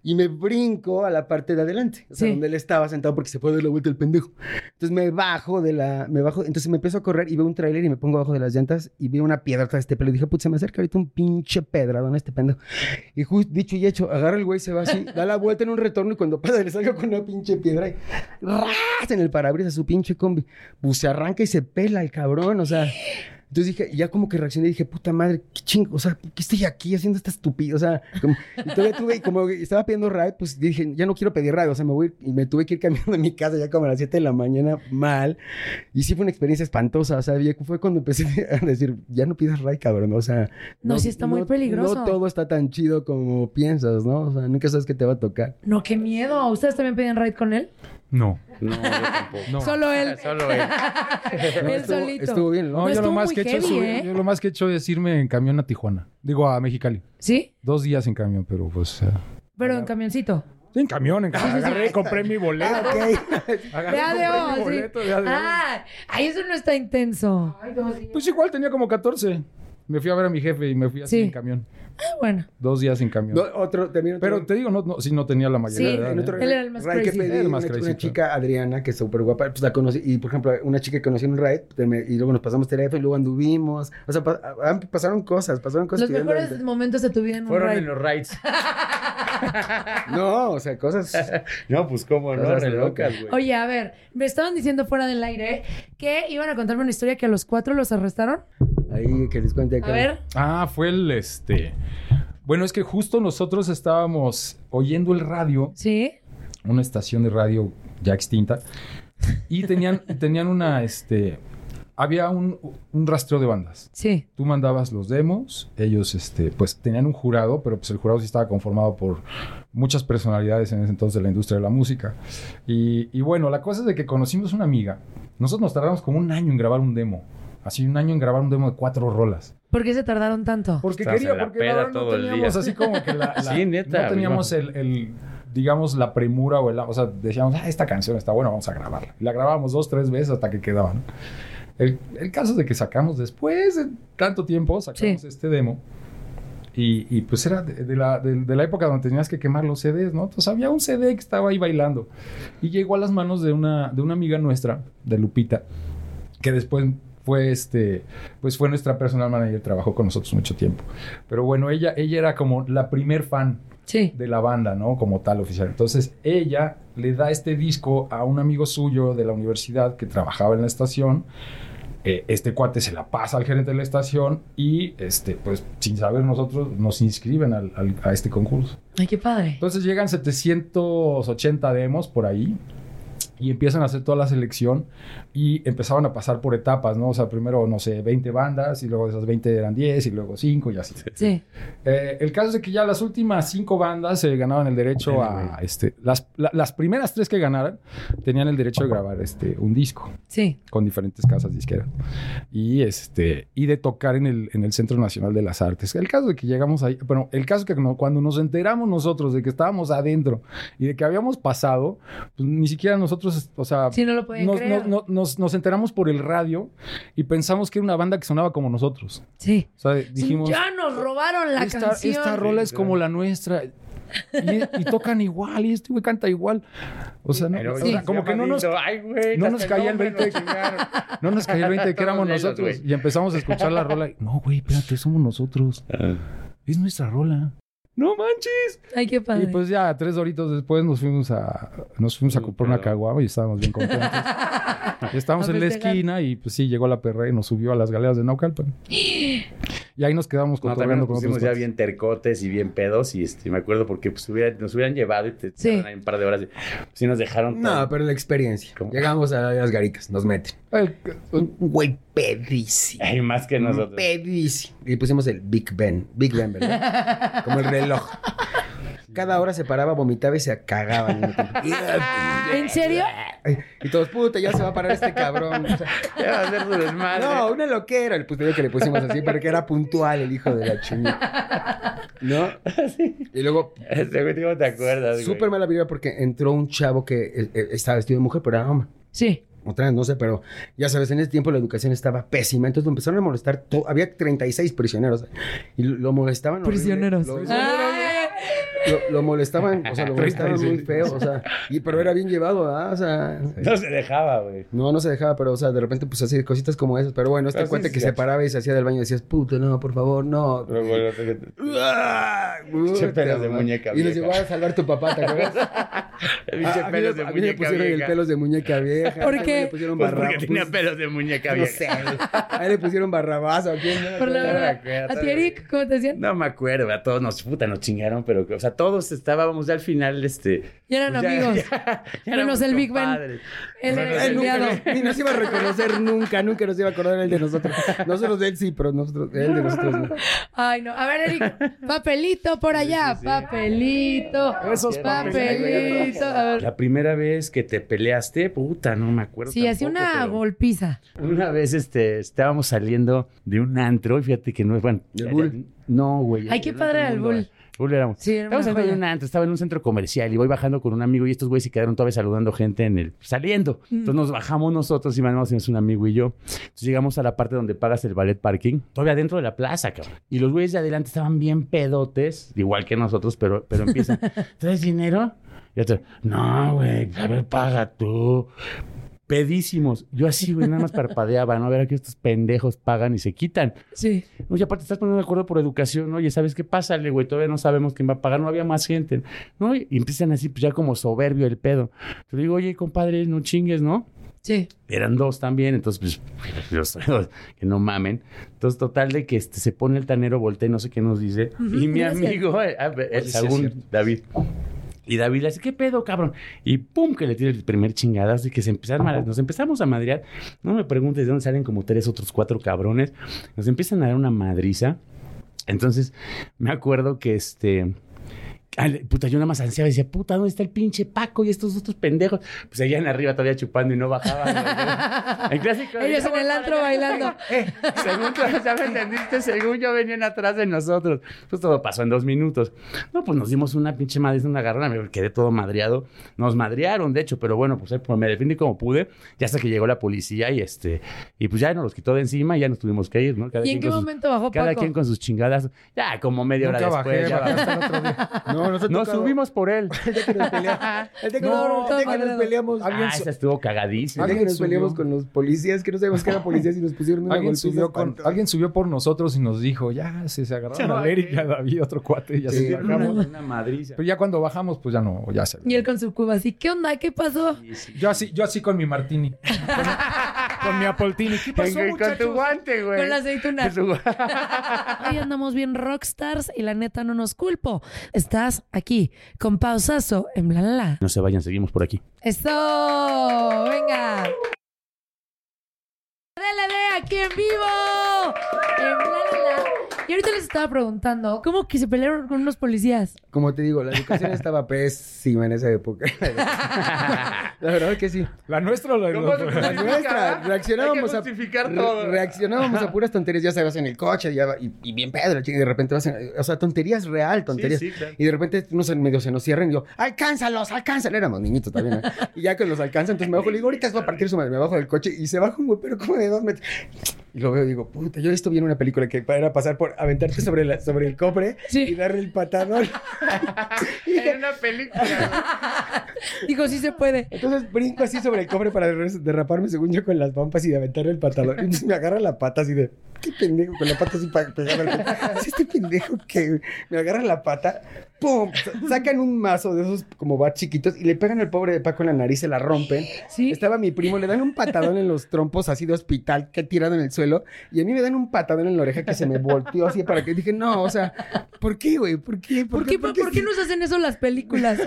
Speaker 2: y me brinco a la parte de adelante, o sea,
Speaker 1: Sí.
Speaker 2: donde él estaba sentado porque se fue a dar la vuelta el pendejo. Entonces me bajo de la, me bajo, entonces me empiezo a correr y veo un tráiler y me pongo abajo de las llantas y veo una piedra atrás de este pelo y dije, putz, se me acerca ahorita un pinche pedradón a este pendejo. Y justo dicho y hecho, agarra el güey, se va así, da la vuelta en un retorno y cuando pasa le salgo con una pinche piedra y ¡ras! en el parabrisas su pinche combi. Pues se arranca y se pela el cabrón, o sea. Entonces dije, ya como que reaccioné y dije, puta madre, qué chingo, o sea, ¿por ¿qué estoy aquí haciendo esta estupidez? O sea, como- y todavía tuve, y como que estaba pidiendo ride, pues dije, ya no quiero pedir ride, o sea, me voy a ir- y me tuve que ir caminando de mi casa ya como a las 7 de la mañana, mal. Y sí fue una experiencia espantosa, o sea, ya fue cuando empecé a decir, ya no pidas ride, cabrón, o sea.
Speaker 1: No, sí está muy peligroso.
Speaker 2: No todo está tan chido como piensas, ¿no? O sea, nunca sabes qué te va a tocar.
Speaker 1: No, qué miedo. ¿Ustedes también pedían raid con él?
Speaker 3: No,
Speaker 5: No, yo tampoco.
Speaker 3: no.
Speaker 1: Solo él.
Speaker 5: Solo él.
Speaker 2: No,
Speaker 1: él
Speaker 2: estuvo,
Speaker 1: solito.
Speaker 2: estuvo bien, ¿no?
Speaker 3: No, yo,
Speaker 1: estuvo
Speaker 3: lo más
Speaker 1: muy
Speaker 3: que he hecho es
Speaker 1: heavy,
Speaker 3: subir-
Speaker 1: ¿eh?
Speaker 3: yo lo más que he hecho es irme en camión a Tijuana. Digo, a Mexicali.
Speaker 1: ¿Sí?
Speaker 3: Dos días en camión, pero pues... eh,
Speaker 1: Pero en camioncito.
Speaker 3: en camión, en
Speaker 1: Ah,
Speaker 3: camión. Agarré y compré mi
Speaker 2: Ah,
Speaker 3: boleto. Agarré y
Speaker 1: Ya Ah, de
Speaker 3: compré mi
Speaker 1: hoy, sí.
Speaker 3: boleto, ya de hoy.
Speaker 1: Ah, ahí eso no está intenso.
Speaker 3: Pues igual tenía como 14. Me fui a ver a mi jefe y me fui así
Speaker 1: Sí.
Speaker 3: en camión.
Speaker 1: Ah, bueno.
Speaker 3: Dos días en camión.
Speaker 2: No, otro, también otro-
Speaker 3: Pero te digo, no, no, sí, no tenía la mayoría
Speaker 1: Sí.
Speaker 3: de edad,
Speaker 2: En
Speaker 3: ¿eh?
Speaker 2: otro
Speaker 1: Él era el más
Speaker 2: ride que
Speaker 1: crazy.
Speaker 2: pedí,
Speaker 3: Era el más
Speaker 2: una,
Speaker 3: crazy,
Speaker 2: una
Speaker 3: claro.
Speaker 2: chica, Adriana, que es súper guapa, pues la conocí. Y, por ejemplo, una chica que conocí en un ride, pues, me- y luego nos pasamos teléfono, y luego anduvimos. O sea, pa- ah, pasaron cosas, pasaron cosas.
Speaker 1: Los
Speaker 2: que yo no-
Speaker 1: mejores momentos de tu vida en un
Speaker 5: Fueron
Speaker 1: raid.
Speaker 5: en los rides.
Speaker 2: No, o sea, cosas...
Speaker 5: No, pues cómo no,
Speaker 2: Cosas
Speaker 5: re locas,
Speaker 2: locas.
Speaker 5: güey.
Speaker 1: Oye, a ver, me estaban diciendo fuera del aire que iban a contarme una historia que a los cuatro los arrestaron.
Speaker 2: Ahí, que les cuente acá.
Speaker 1: A ver,
Speaker 3: Ah, fue el este. Bueno, es que justo nosotros estábamos oyendo el radio,
Speaker 1: sí.
Speaker 3: una estación de radio ya extinta, y tenían, tenían una, este, había un, un rastreo de bandas.
Speaker 1: Sí.
Speaker 3: Tú mandabas los demos, ellos, este, pues tenían un jurado, pero pues el jurado sí estaba conformado por muchas personalidades en ese entonces de la industria de la música. Y, y bueno, la cosa es de que conocimos una amiga. Nosotros nos tardamos como un año en grabar un demo. Así un año en grabar un demo de cuatro rolas.
Speaker 1: ¿Por qué se tardaron tanto?
Speaker 3: Porque
Speaker 5: Estás
Speaker 3: quería,
Speaker 5: en la
Speaker 3: porque
Speaker 5: peda
Speaker 3: la verdad
Speaker 5: todo
Speaker 3: no
Speaker 5: el día.
Speaker 3: teníamos así como que la, la-
Speaker 5: Sí, neta,
Speaker 3: no teníamos el, el, digamos, la premura o el, o sea, decíamos, ah, esta canción está buena, vamos a grabarla. Y la grabábamos dos, tres veces hasta que quedaba, ¿no? El, el caso es de que sacamos después de tanto tiempo, sacamos
Speaker 1: Sí.
Speaker 3: este demo. Y, y, pues era de, de la, de- de la época donde tenías que quemar los CDs, ¿no? Entonces había un CD que estaba ahí bailando. Y llegó a las manos de una, de una amiga nuestra, de Lupita, que después fue este pues fue nuestra personal manager trabajó con nosotros mucho tiempo pero bueno ella ella era como la primer fan
Speaker 1: Sí.
Speaker 3: de la banda no como tal oficial entonces ella le da este disco a un amigo suyo de la universidad que trabajaba en la estación Eh, este cuate se la pasa al gerente de la estación y este pues sin saber nosotros nos inscriben al- al- a este concurso
Speaker 1: Ay, qué padre.
Speaker 3: entonces llegan 780 demos por ahí y empiezan a hacer toda la selección y empezaban a pasar por etapas, ¿no? O sea, primero, no sé, 20 bandas y luego de esas 20 eran 10 y luego 5 y así.
Speaker 1: Sí.
Speaker 3: Eh, el caso es de que ya las últimas 5 bandas se ganaban el derecho a, este, las, la- las primeras 3 que ganaran tenían el derecho de grabar este, un disco
Speaker 1: Sí.
Speaker 3: con diferentes casas disqueras y este y de tocar en el, en el Centro Nacional de las Artes. El caso de que llegamos ahí, bueno, el caso que no- cuando nos enteramos nosotros de que estábamos adentro y de que habíamos pasado, pues ni siquiera nosotros, o sea,
Speaker 1: Sí, no lo pueden
Speaker 3: nos,
Speaker 1: creer.
Speaker 3: nos- nos- nos- nos enteramos por el radio y pensamos que era una banda que sonaba como nosotros.
Speaker 1: Sí.
Speaker 3: O sea, dijimos,
Speaker 1: ya nos robaron la
Speaker 3: esta,
Speaker 1: canción.
Speaker 3: esta rola es como la nuestra. Y, y tocan igual, y este güey canta igual. O sea, no,
Speaker 5: Pero,
Speaker 3: o
Speaker 5: sí,
Speaker 3: sea, como que no nos,
Speaker 5: Ay, güey,
Speaker 3: no
Speaker 5: hasta
Speaker 3: nos
Speaker 5: el
Speaker 3: caía el
Speaker 5: nombre
Speaker 3: 20.
Speaker 5: nos chingaron.
Speaker 3: no nos cayó el 20 de que
Speaker 5: Todos
Speaker 3: éramos
Speaker 5: ellos,
Speaker 3: nosotros.
Speaker 5: güey.
Speaker 3: Y empezamos a escuchar la rola. y, no, güey, espérate, somos nosotros.
Speaker 5: Ah.
Speaker 3: Es nuestra rola. No manches.
Speaker 1: Ay, qué padre.
Speaker 3: Y pues ya, tres doritos después nos fuimos a, nos fuimos a
Speaker 5: Sí,
Speaker 3: comprar una
Speaker 5: pero-
Speaker 3: caguama y estábamos bien contentos. Estábamos
Speaker 1: A
Speaker 3: en la
Speaker 1: festejar.
Speaker 3: esquina y pues sí, llegó la perra y nos subió a las galeras de Naucalpan. Y ahí nos quedamos
Speaker 5: No, también
Speaker 3: cotorreando
Speaker 5: nos
Speaker 3: con
Speaker 5: pusimos
Speaker 3: otros
Speaker 5: ya
Speaker 3: cuates.
Speaker 5: bien tercotes y bien pedos y este, me acuerdo porque pues, hubiera- nos hubieran llevado y te
Speaker 1: Sí.
Speaker 5: tardaron ahí un par de horas. Sí nos dejaron.
Speaker 2: No,
Speaker 5: tan-
Speaker 2: pero la experiencia.
Speaker 5: ¿Cómo?
Speaker 2: Llegamos a las garitas, nos meten.
Speaker 3: Ay, pues,
Speaker 2: Un güey pedísimo.
Speaker 5: Ay, más que nosotros.
Speaker 2: Pedísimo. Y pusimos el Big Ben. Big Ben, ¿verdad? Como el reloj. Cada hora se paraba, vomitaba y se cagaba. al mismo tiempo.
Speaker 1: ¿En serio?
Speaker 2: Ay, Y todos, puta, ya se va a parar este cabrón. O sea,
Speaker 5: Ya va a ser su desmadre.
Speaker 2: no, una loquera. El puto que le pusimos así, porque era puntual el hijo de la chingada. ¿No? Y luego,
Speaker 5: Este güey, ¿cómo te acuerdas, güey?
Speaker 2: súper mala vida porque entró un chavo que eh, eh, estaba vestido de mujer, pero era hombre.
Speaker 1: Sí.
Speaker 2: Otra vez, no sé, pero ya sabes, en ese tiempo la educación estaba pésima, entonces lo empezaron a molestar. todo. Había 36 prisioneros y lo, lo molestaban. horrible.
Speaker 1: Prisioneros. Ah.
Speaker 2: Lo,
Speaker 1: Ay,
Speaker 2: lo- lo molestaban, o sea, lo molestaban muy
Speaker 5: 36.
Speaker 2: feo, o sea, y, pero era bien llevado, ¿ah? O sea,
Speaker 5: No se dejaba, güey.
Speaker 2: no, no se dejaba, pero, o sea, de repente, pues hacía cositas como esas. Pero bueno, este
Speaker 5: Pero sí,
Speaker 2: cuate que
Speaker 5: sí,
Speaker 2: se paraba y se hacía del baño y decías, puto, no, por favor, no.
Speaker 5: Luego, luego, luego,
Speaker 2: Uah,
Speaker 5: Che, pelos de
Speaker 2: puta,
Speaker 5: muñeca
Speaker 2: Y nos
Speaker 5: vieja.
Speaker 2: llevó a salvar tu papá, ¿te acuerdas?
Speaker 5: Pinche
Speaker 1: Ah,
Speaker 2: a, a mí,
Speaker 5: pelos
Speaker 2: le-
Speaker 5: de
Speaker 2: a mí le
Speaker 5: muñeca
Speaker 2: pusieron el
Speaker 5: vieja.
Speaker 2: pelos de muñeca vieja.
Speaker 1: ¿Por
Speaker 2: a mí
Speaker 1: qué?
Speaker 2: Le pusieron
Speaker 5: Pues porque
Speaker 2: barra-
Speaker 5: tenía pelos de muñeca
Speaker 2: No
Speaker 5: vieja.
Speaker 2: sé. Ahí le pusieron barrabazo. ¿a quién? No me
Speaker 1: Por la
Speaker 2: acuerdo.
Speaker 1: verdad.
Speaker 5: acuerdo.
Speaker 1: ¿A ti, Eric? ¿Cómo te decían?
Speaker 5: No me acuerdo, a todos nos puta, nos chingaron, pero o sea, todos estábamos ya al final, este.
Speaker 1: Ya eran
Speaker 5: pues, ya-
Speaker 1: amigos.
Speaker 5: ya- ya
Speaker 1: Menos
Speaker 5: éramos
Speaker 1: el Big Ben.
Speaker 5: compadres.
Speaker 1: Él
Speaker 5: Bueno,
Speaker 1: era
Speaker 2: Él
Speaker 1: el
Speaker 2: nunca
Speaker 1: enviado.
Speaker 2: nos- ni nos iba a reconocer nunca, nunca nos iba a acordar el de nosotros. Nosotros de él sí, pero nosotros, él de nosotros no.
Speaker 1: Ay, no. A ver, Eric. Papelito por allá. Papelito.
Speaker 2: Esos
Speaker 1: Papelito. A ver.
Speaker 5: La primera vez que te peleaste, puta, no me acuerdo.
Speaker 1: Sí, hacía
Speaker 5: tampoco,
Speaker 1: una
Speaker 5: pero
Speaker 1: golpiza.
Speaker 5: Una vez este, estábamos saliendo de un antro, y fíjate que no es bueno.
Speaker 2: ¿Del Bull?
Speaker 5: No, güey.
Speaker 1: Ay, qué
Speaker 5: el
Speaker 1: padre
Speaker 5: otro
Speaker 1: el
Speaker 5: mundo,
Speaker 1: Bull.
Speaker 5: Bull éramos.
Speaker 1: Sí, era una
Speaker 5: Estaba saliendo de
Speaker 1: joya.
Speaker 5: un antro, estaba en un centro comercial y voy bajando con un amigo y estos güeyes se quedaron todavía saludando gente en el saliendo. Entonces nos bajamos nosotros y mandamos es un amigo y yo. Entonces llegamos a la parte donde pagas el ballet parking, todavía dentro de la plaza, cabrón. Y los güeyes de adelante estaban bien pedotes, igual que nosotros, pero, pero empiezan, ¿traes dinero? Y otro, no, güey, a ver, paga tú. Pedísimos. Yo así, güey, nada más parpadeaba, ¿no? A ver a qué estos pendejos pagan y se quitan.
Speaker 1: Sí.
Speaker 5: Oye, aparte estás poniendo de acuerdo por educación, oye, ¿sabes qué pasa, güey? Todavía no sabemos quién va a pagar, no había más gente, ¿no? Y empiezan así, pues ya como soberbio el pedo. Yo le digo, oye, compadre, no chingues, ¿no?
Speaker 1: Sí.
Speaker 5: Eran dos también, entonces, pues, los dos, que no mamen. Entonces, total de que este, se pone el tanero, voltea y no sé qué nos dice. Y mi
Speaker 1: gracias.
Speaker 5: amigo, eh, ah, eh,
Speaker 6: sí es
Speaker 5: según
Speaker 6: cierto.
Speaker 5: David. Y David le dice, ¿qué pedo, cabrón? Y pum, que le tira el primer chingadazo y que se empezaron a- nos empezamos a madrear. No me preguntes de dónde salen como tres otros cuatro cabrones. Nos empiezan a dar una madriza. Entonces, me acuerdo que este. al- puta, yo nada más ansiaba y decía, puta, ¿dónde está el pinche Paco y estos otros pendejos? Pues seguían arriba todavía chupando y no bajaban. güey. El clásico.
Speaker 1: Ellos en el antro bailando.
Speaker 5: Eh, Según tú, ya me entendiste, según yo venían atrás de nosotros. Pues todo pasó en dos minutos. No, pues nos dimos una pinche madre, una garrona, me quedé todo madreado. Nos madrearon, de hecho, pero bueno, pues, eh, pues, me defendí como pude, ya hasta que llegó la policía y este, y pues ya nos los quitó de encima y ya nos tuvimos que ir, ¿no? Cada
Speaker 1: ¿Y en
Speaker 5: quien
Speaker 1: qué
Speaker 5: con sus-
Speaker 1: momento bajó
Speaker 5: cada
Speaker 1: Paco?
Speaker 5: quien con sus chingadas. Ya, como media
Speaker 3: Nunca
Speaker 5: hora
Speaker 3: bajé,
Speaker 5: después. ya
Speaker 3: bajé
Speaker 5: bajó.
Speaker 3: hasta el otro día.
Speaker 2: No, nosotros
Speaker 5: Nos subimos por él.
Speaker 2: El día que nos peleamos. El día que,
Speaker 1: No,
Speaker 2: nos, el día que nos peleamos.
Speaker 5: Ah, esa estuvo
Speaker 2: El
Speaker 5: cagadísimo.
Speaker 2: día que nos
Speaker 3: subió.
Speaker 2: peleamos con los policías, que no sabemos que eran policías y nos pusieron una
Speaker 3: Alguien
Speaker 2: golpiza
Speaker 3: subió, con,
Speaker 2: espantosa.
Speaker 3: alguien subió por nosotros y nos dijo, ya, se, se agarraron a Eric y a David, otro cuate, y ya
Speaker 2: Sí,
Speaker 3: se
Speaker 2: una-
Speaker 3: bajamos.
Speaker 5: una madriza.
Speaker 3: Pero ya cuando bajamos, pues ya no, ya se.
Speaker 1: Y él con su cuba así, ¿qué onda? ¿Qué pasó?
Speaker 3: Yo así, yo así con mi martini. Con, con mi apoltini. ¿Qué pasó,
Speaker 5: Con- Con tu
Speaker 3: muchachos?
Speaker 5: guante, güey.
Speaker 1: Con la aceituna.
Speaker 5: Con
Speaker 2: pues
Speaker 5: tu guante.
Speaker 1: Hoy andamos bien rockstars y la neta no nos culpo. Estás aquí con pausazo en bla bla bla.
Speaker 5: No se vayan, seguimos por aquí.
Speaker 1: Eso, venga. DLD aquí en vivo. En bla bla bla. Y ahorita les estaba preguntando, ¿cómo que se pelearon con unos policías?
Speaker 2: Como te digo, la educación estaba pésima en esa época. La verdad que sí.
Speaker 3: ¿La nuestra o la de
Speaker 5: ¿Cómo
Speaker 3: los-
Speaker 5: se-
Speaker 2: La nuestra, reaccionábamos
Speaker 5: Hay que justificar
Speaker 2: a re-
Speaker 5: todo. ¿eh?
Speaker 2: reaccionábamos a puras tonterías, ya sabes, en el coche ya va- y, y bien pedro, y de repente vas, en- o sea, tonterías real, tonterías.
Speaker 5: Sí, sí, claro.
Speaker 2: Y de repente unos en medio se nos cierran y yo, alcánzalos, alcánzalos. Éramos niñitos también. ¿eh? Y ya que los alcanzan, entonces me bajo y le digo, ahorita se va a partir su madre. Me bajo del coche y se baja un güey, pero como de dos metros. Y lo veo y digo, puta, yo he visto bien una película que era pasar por aventarte sobre, la, sobre el cofre
Speaker 1: Sí.
Speaker 2: y darle el patadón. Y dije,
Speaker 5: Era una película.
Speaker 1: Digo, sí se puede.
Speaker 2: entonces brinco así sobre el cofre para derra- derraparme según yo con las pompas y de aventarle el pantalón. Entonces me agarra la pata así de, qué pendejo, con la pata así para pegarme al coche. Es este pendejo que me agarra la pata, ¡pum! Sa- Sacan un mazo de esos como va chiquitos y le pegan al pobre de Paco en la nariz, se la rompen.
Speaker 1: Sí.
Speaker 2: Estaba mi primo, le dan un patadón en los trompos así de hospital que he tirado en el suelo y a mí me dan un patadón en la oreja que se me volteó así para que dije, no, o sea, ¿por qué, güey? ¿Por qué?
Speaker 1: ¿Por qué, pa- ¿Por qué nos hacen eso las películas?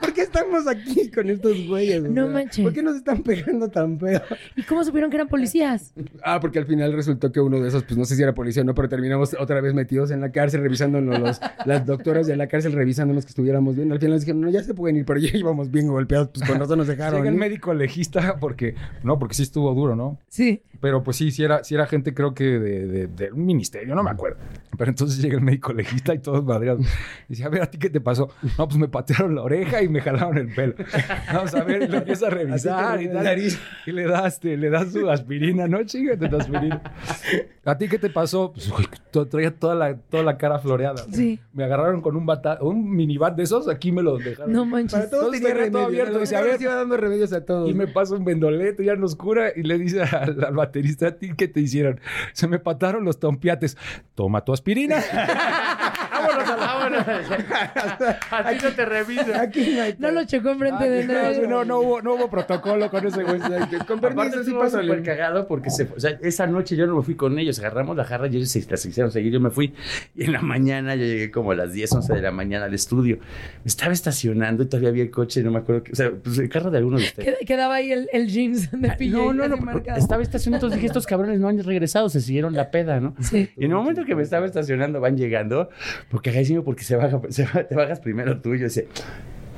Speaker 2: ¿Por qué estamos aquí con estos güeyes? o
Speaker 1: No
Speaker 2: sea?
Speaker 1: manches.
Speaker 2: ¿Por qué nos están pegando tan feo?
Speaker 1: ¿Y cómo supieron que eran policías?
Speaker 2: Ah, porque al final resultó que uno de esos, pues no sé si era policía o no, pero terminamos otra vez metidos en la cárcel, revisándonos los, las doctoras de la cárcel, revisándonos que estuviéramos bien. Al final nos dijeron, no, ya se pueden ir, pero ya íbamos bien golpeados, pues con nosotros nos dejaron.
Speaker 3: Llega el
Speaker 2: ¿eh?
Speaker 3: médico legista porque, no, porque sí estuvo duro, ¿no?
Speaker 1: Sí.
Speaker 3: Pero pues sí, sí era, sí era gente creo que de, de- de un ministerio, no me acuerdo. Pero entonces llega el médico legista y todos madreados. Dice, a ver, ¿a ti qué te pasó? No, pues me patearon la oreja y me jalaron el pelo. Vamos a ver, lo empieza a revisar
Speaker 2: Así
Speaker 3: y
Speaker 2: te-
Speaker 3: tal.
Speaker 2: "Ah, nariz.
Speaker 3: Y le das, te- le das su aspirina, ¿no? Chíngate tu aspirina. ¿A ti qué te pasó? Pues, güey, to- traía toda la, toda la cara floreada.
Speaker 1: Sí.
Speaker 3: Me agarraron con un bata, un minibat de esos, aquí me lo dejaron.
Speaker 1: No
Speaker 2: Para
Speaker 1: manches.
Speaker 2: todos
Speaker 3: Entonces,
Speaker 2: tenía
Speaker 3: tenía todo
Speaker 2: remedio.
Speaker 3: abierto,
Speaker 2: la
Speaker 3: dice,
Speaker 2: doctora
Speaker 3: a ver.
Speaker 2: nos iba dando remedios a todos.
Speaker 3: Y me pasa un vendoleto, ya nos cura, y le dice al, al baterista, ¿a ti qué te hicieron? Se me pataron los tompiates. Toma tu aspirina. Vámonos a la-
Speaker 5: no, no. Ah, A ti no te revisa.
Speaker 2: Aquí no hay...
Speaker 1: No lo chocó enfrente de
Speaker 2: Aquí
Speaker 1: nadie.
Speaker 2: No, no, no hubo, no hubo protocolo con ese güey. Con
Speaker 5: Aparte
Speaker 2: permiso, sí,
Speaker 5: estuvo súper
Speaker 2: pásale.
Speaker 5: cagado porque se, o sea, esa noche yo no me fui con ellos, agarramos la jarra y ellos se, se hicieron seguir, yo me fui y en la mañana yo llegué como a las 10, 11 de la mañana al estudio. Me estaba estacionando y todavía había el coche, no me acuerdo, que- o sea, pues el carro de alguno de ustedes.
Speaker 1: Qued- Quedaba ahí el, el jeans de PJ.
Speaker 5: Ah, No, no,
Speaker 1: así
Speaker 5: no, pero
Speaker 1: marcado.
Speaker 5: estaba estacionando, entonces dije, estos cabrones no han regresado, se siguieron la peda, ¿no?
Speaker 1: Sí.
Speaker 5: Y en el momento que me estaba estacionando, van llegando, porque agradecido porque se baja, se ba- te bajas primero tú y yo decía,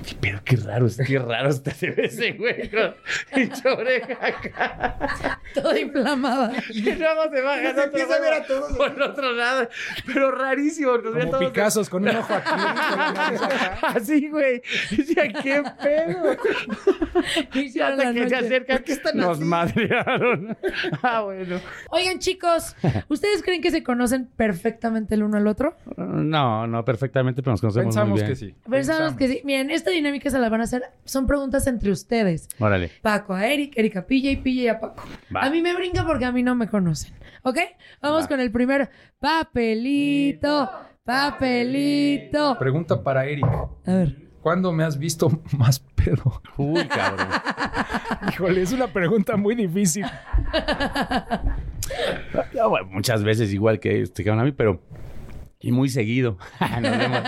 Speaker 5: "Qué pedo, qué raro, qué raro está se ve ese güey con pinche oreja acá.
Speaker 1: Toda inflamada.
Speaker 5: Y luego se baja
Speaker 6: Se empieza a ver a todos.
Speaker 5: por otro lado, pero rarísimo, nos ve a
Speaker 3: Como
Speaker 5: todos
Speaker 3: Picassos con un ojo aquí. con la nariz acá.
Speaker 5: así, güey. Decía, qué pedo.
Speaker 1: ¿Qué
Speaker 5: Y
Speaker 1: hicieron la
Speaker 5: hasta que se
Speaker 1: noche?
Speaker 5: acercan, nos madrearon. Ah, bueno.
Speaker 1: Oigan, chicos, ¿ustedes creen que se conocen perfectamente el uno al otro?
Speaker 5: No, no, perfectamente, pero nos conocemos muy
Speaker 3: Pensamos
Speaker 5: bien.
Speaker 3: que sí.
Speaker 1: Pensamos que sí. Miren, esta dinámica se la van a hacer. Son preguntas entre ustedes.
Speaker 5: Órale.
Speaker 1: Paco a Eric, Eric a PJ y PJ a Paco.
Speaker 5: Va.
Speaker 1: A mí me brinca porque a mí no me conocen. ¿Ok? Vamos con el primero. Papelito, papelito.
Speaker 3: Pregunta para Eric.
Speaker 1: A ver.
Speaker 3: ¿Cuándo me has visto más pedo?
Speaker 5: Uy, cabrón.
Speaker 3: Híjole, es una pregunta muy difícil.
Speaker 5: Ah, bueno, muchas veces igual que te quedan a mí, pero... Y muy seguido. Nos vemos,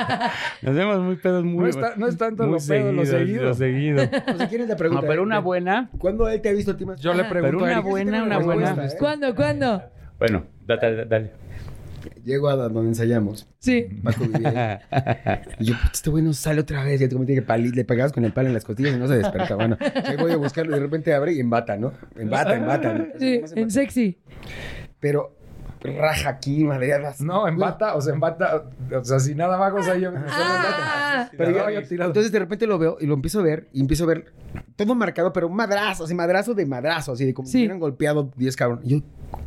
Speaker 5: nos vemos muy pedos, muy...
Speaker 3: No es, ta- no es tanto
Speaker 5: muy
Speaker 3: lo pedo, lo seguido.
Speaker 5: lo seguido.
Speaker 2: O sea, ¿quién es Pues, la
Speaker 5: No,
Speaker 2: pregunta?
Speaker 5: pero una
Speaker 2: ¿De-
Speaker 5: buena...
Speaker 2: ¿Cuándo él te ha visto a ti más?
Speaker 3: Yo le pregunto
Speaker 5: Pero
Speaker 3: a
Speaker 5: una
Speaker 3: Eric.
Speaker 5: buena, una
Speaker 2: Respuesta,
Speaker 5: buena.
Speaker 2: ¿eh?
Speaker 1: ¿Cuándo? ¿Cuándo?
Speaker 5: Bueno, da- dale, dale.
Speaker 2: Llego a donde ensayamos.
Speaker 1: Sí.
Speaker 2: Paco vivía ahí. Y yo, puta, este güey no sale otra vez. Y tú me dije, palito, le pegabas con el palo en las costillas y no se desperta. Bueno, ahí voy a buscarlo y de repente abre y embata, ¿no? Embata, embata. ¿no?
Speaker 1: Sí, en sexy.
Speaker 2: Pero raja aquí, madre.
Speaker 3: No, embata, o sea, embata, o sea, si nada vagos ahí. solo
Speaker 1: Ah.
Speaker 3: embata. Pero yo, yo tirado.
Speaker 2: Entonces de repente lo veo y lo empiezo a ver y empiezo a ver todo marcado, pero un madrazo, así madrazo de madrazo, así de como
Speaker 1: Sí.
Speaker 2: si hubieran golpeado 10 cabrón. Y yo,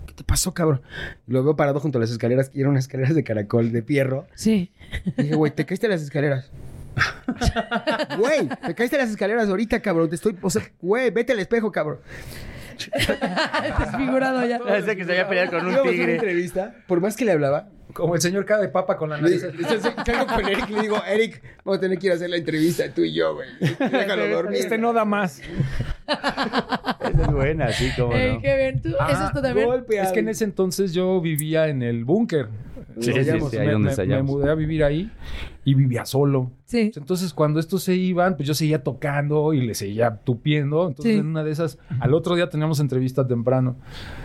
Speaker 2: ¿qué te pasó, cabrón? Y lo veo parado junto a las escaleras, que eran unas escaleras de caracol, de fierro.
Speaker 1: Sí.
Speaker 2: Y dije, güey, te caíste de las escaleras. Güey, te caíste de las escaleras ahorita, cabrón. Te estoy, o sea, güey, vete al espejo, cabrón.
Speaker 1: Desfigurado ya.
Speaker 5: Parece que se había peleado con un
Speaker 2: Íbamos a una
Speaker 5: tigre.
Speaker 2: entrevista, por más que le hablaba,
Speaker 3: Como el señor cara de papa con la
Speaker 2: le,
Speaker 3: nariz.
Speaker 2: le- le- salgo con Eric y le digo, Eric, vamos a tener que ir a hacer la entrevista tú y yo, güey. Déjalo dormir.
Speaker 3: Este no da más.
Speaker 5: Esa es buena, sí, cómo no.
Speaker 1: Ey, qué bien. ¿Tú?
Speaker 3: Ah,
Speaker 5: Ah,
Speaker 1: ¿Eso está también?
Speaker 2: Golpe
Speaker 3: Es que en ese entonces yo vivía en el búnker.
Speaker 5: Sí, sí,
Speaker 3: Digamos,
Speaker 5: sí, ahí
Speaker 3: me-
Speaker 5: donde
Speaker 3: me- me
Speaker 5: ensayamos.
Speaker 3: mudé a vivir ahí y vivía solo.
Speaker 1: Sí.
Speaker 3: Entonces, cuando estos se iban, pues yo seguía tocando y le seguía tupiendo. Entonces,
Speaker 1: Sí.
Speaker 3: en una de esas, al otro día teníamos entrevista temprano.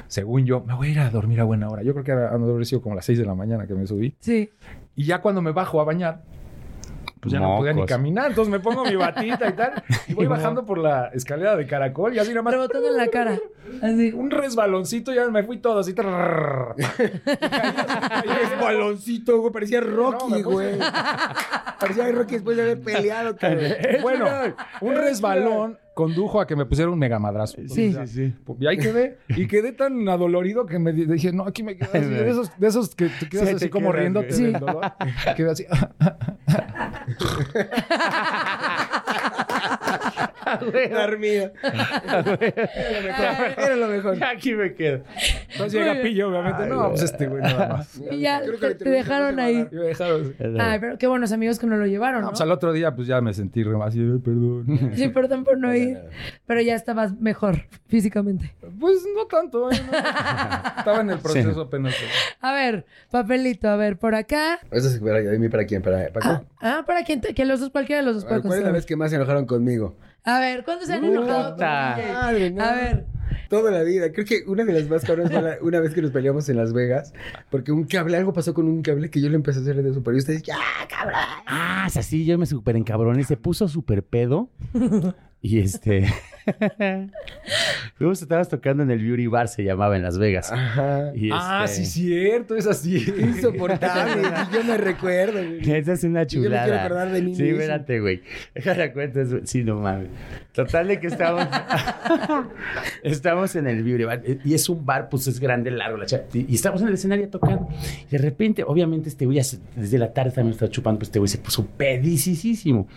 Speaker 3: Según yo, me voy a ir a dormir a buena hora. Yo creo que era, han de haber sido como las 6 de la mañana que me subí.
Speaker 1: Sí.
Speaker 3: Y ya cuando me bajo a bañar, pues ya no podía ni
Speaker 5: Mocos.
Speaker 3: caminar. Entonces me pongo mi batita y tal. Y voy bajando por la escalera de caracol y así nada más.
Speaker 1: Rebotando en la cara. Así.
Speaker 3: Un resbaloncito, ya me fui todo así. trrr.
Speaker 2: baloncito, güey. Parecía
Speaker 3: No,
Speaker 2: Rocky,
Speaker 3: me puse-
Speaker 2: güey. Parecía Rocky después de haber peleado, cabrón.
Speaker 3: bueno, un resbalón condujo a que me pusieron un megamadrazo.
Speaker 1: Sí.
Speaker 5: sí.
Speaker 3: Y ahí quedé. Y quedé tan adolorido que me di- dije, no, aquí me quedo así. De esos, de esos que te quedas
Speaker 5: Sí, te
Speaker 3: así como
Speaker 5: quedas,
Speaker 3: riéndote
Speaker 5: güey.
Speaker 3: del dolor. Quedé así. "Ah".
Speaker 2: Dormido.
Speaker 1: Ay,
Speaker 2: Era lo mejor.
Speaker 5: Aquí me quedo.
Speaker 3: Entonces llega Pillo, obviamente. no, pues este güey nada más.
Speaker 1: Y ya
Speaker 2: Creo que
Speaker 1: te,
Speaker 2: la
Speaker 1: te
Speaker 2: entrevista
Speaker 1: dejaron
Speaker 2: no se va a
Speaker 1: ahí.
Speaker 2: dar.
Speaker 3: Y me dejaron así.
Speaker 1: Ay, pero qué buenos amigos que nos lo llevaron,
Speaker 3: No,
Speaker 1: ¿no?
Speaker 3: pues al otro día, pues ya me sentí re así, "Ay, perdón.
Speaker 1: Sí, perdón por no ir. Pero ya estabas mejor físicamente.
Speaker 3: Pues no tanto, ¿eh? No. Estaba en el proceso apenas.
Speaker 1: A ver, papelito, a ver, por acá.
Speaker 2: Eso es para mí, para quién, para Paco.
Speaker 1: Ah, para quien te- que los dos, cualquiera de los dos puede
Speaker 2: ¿Cuál es la
Speaker 1: contestar.
Speaker 2: vez que más se enojaron conmigo?
Speaker 1: A ver, ¿cuándo se han enojado?
Speaker 5: Puta.
Speaker 2: Madre, no.
Speaker 1: A ver,
Speaker 2: Toda la vida. Creo que una de las más cabronas fue la- una vez que nos peleamos en Las Vegas, porque un cable, algo pasó con un cable que yo le empecé a hacer de super. Y ustedes, ya,
Speaker 5: Ah, es así, yo me super encabroné. Se puso super pedo. Y este. Luego estabas tocando en el Beauty Bar, se llamaba en Las Vegas.
Speaker 2: ajá.
Speaker 5: Y
Speaker 3: Ah,
Speaker 5: este,
Speaker 3: sí, cierto, es así.
Speaker 2: Insoportable. y yo me recuerdo. güey.
Speaker 5: Esa es una
Speaker 2: Yo me
Speaker 5: chulada.
Speaker 2: quiero acordar de mí
Speaker 5: sí,
Speaker 2: mismo.
Speaker 5: espérate, güey. Déjala cuenta. es- Sí, no mames. Total de que estamos... estamos en el Beauty Bar. eh, Y es un bar, pues es grande, largo. La cha- y y estamos en el escenario tocando. Y de repente, obviamente, este güey ya se- desde la tarde también estaba chupando. Pues este güey se puso pedicísimo.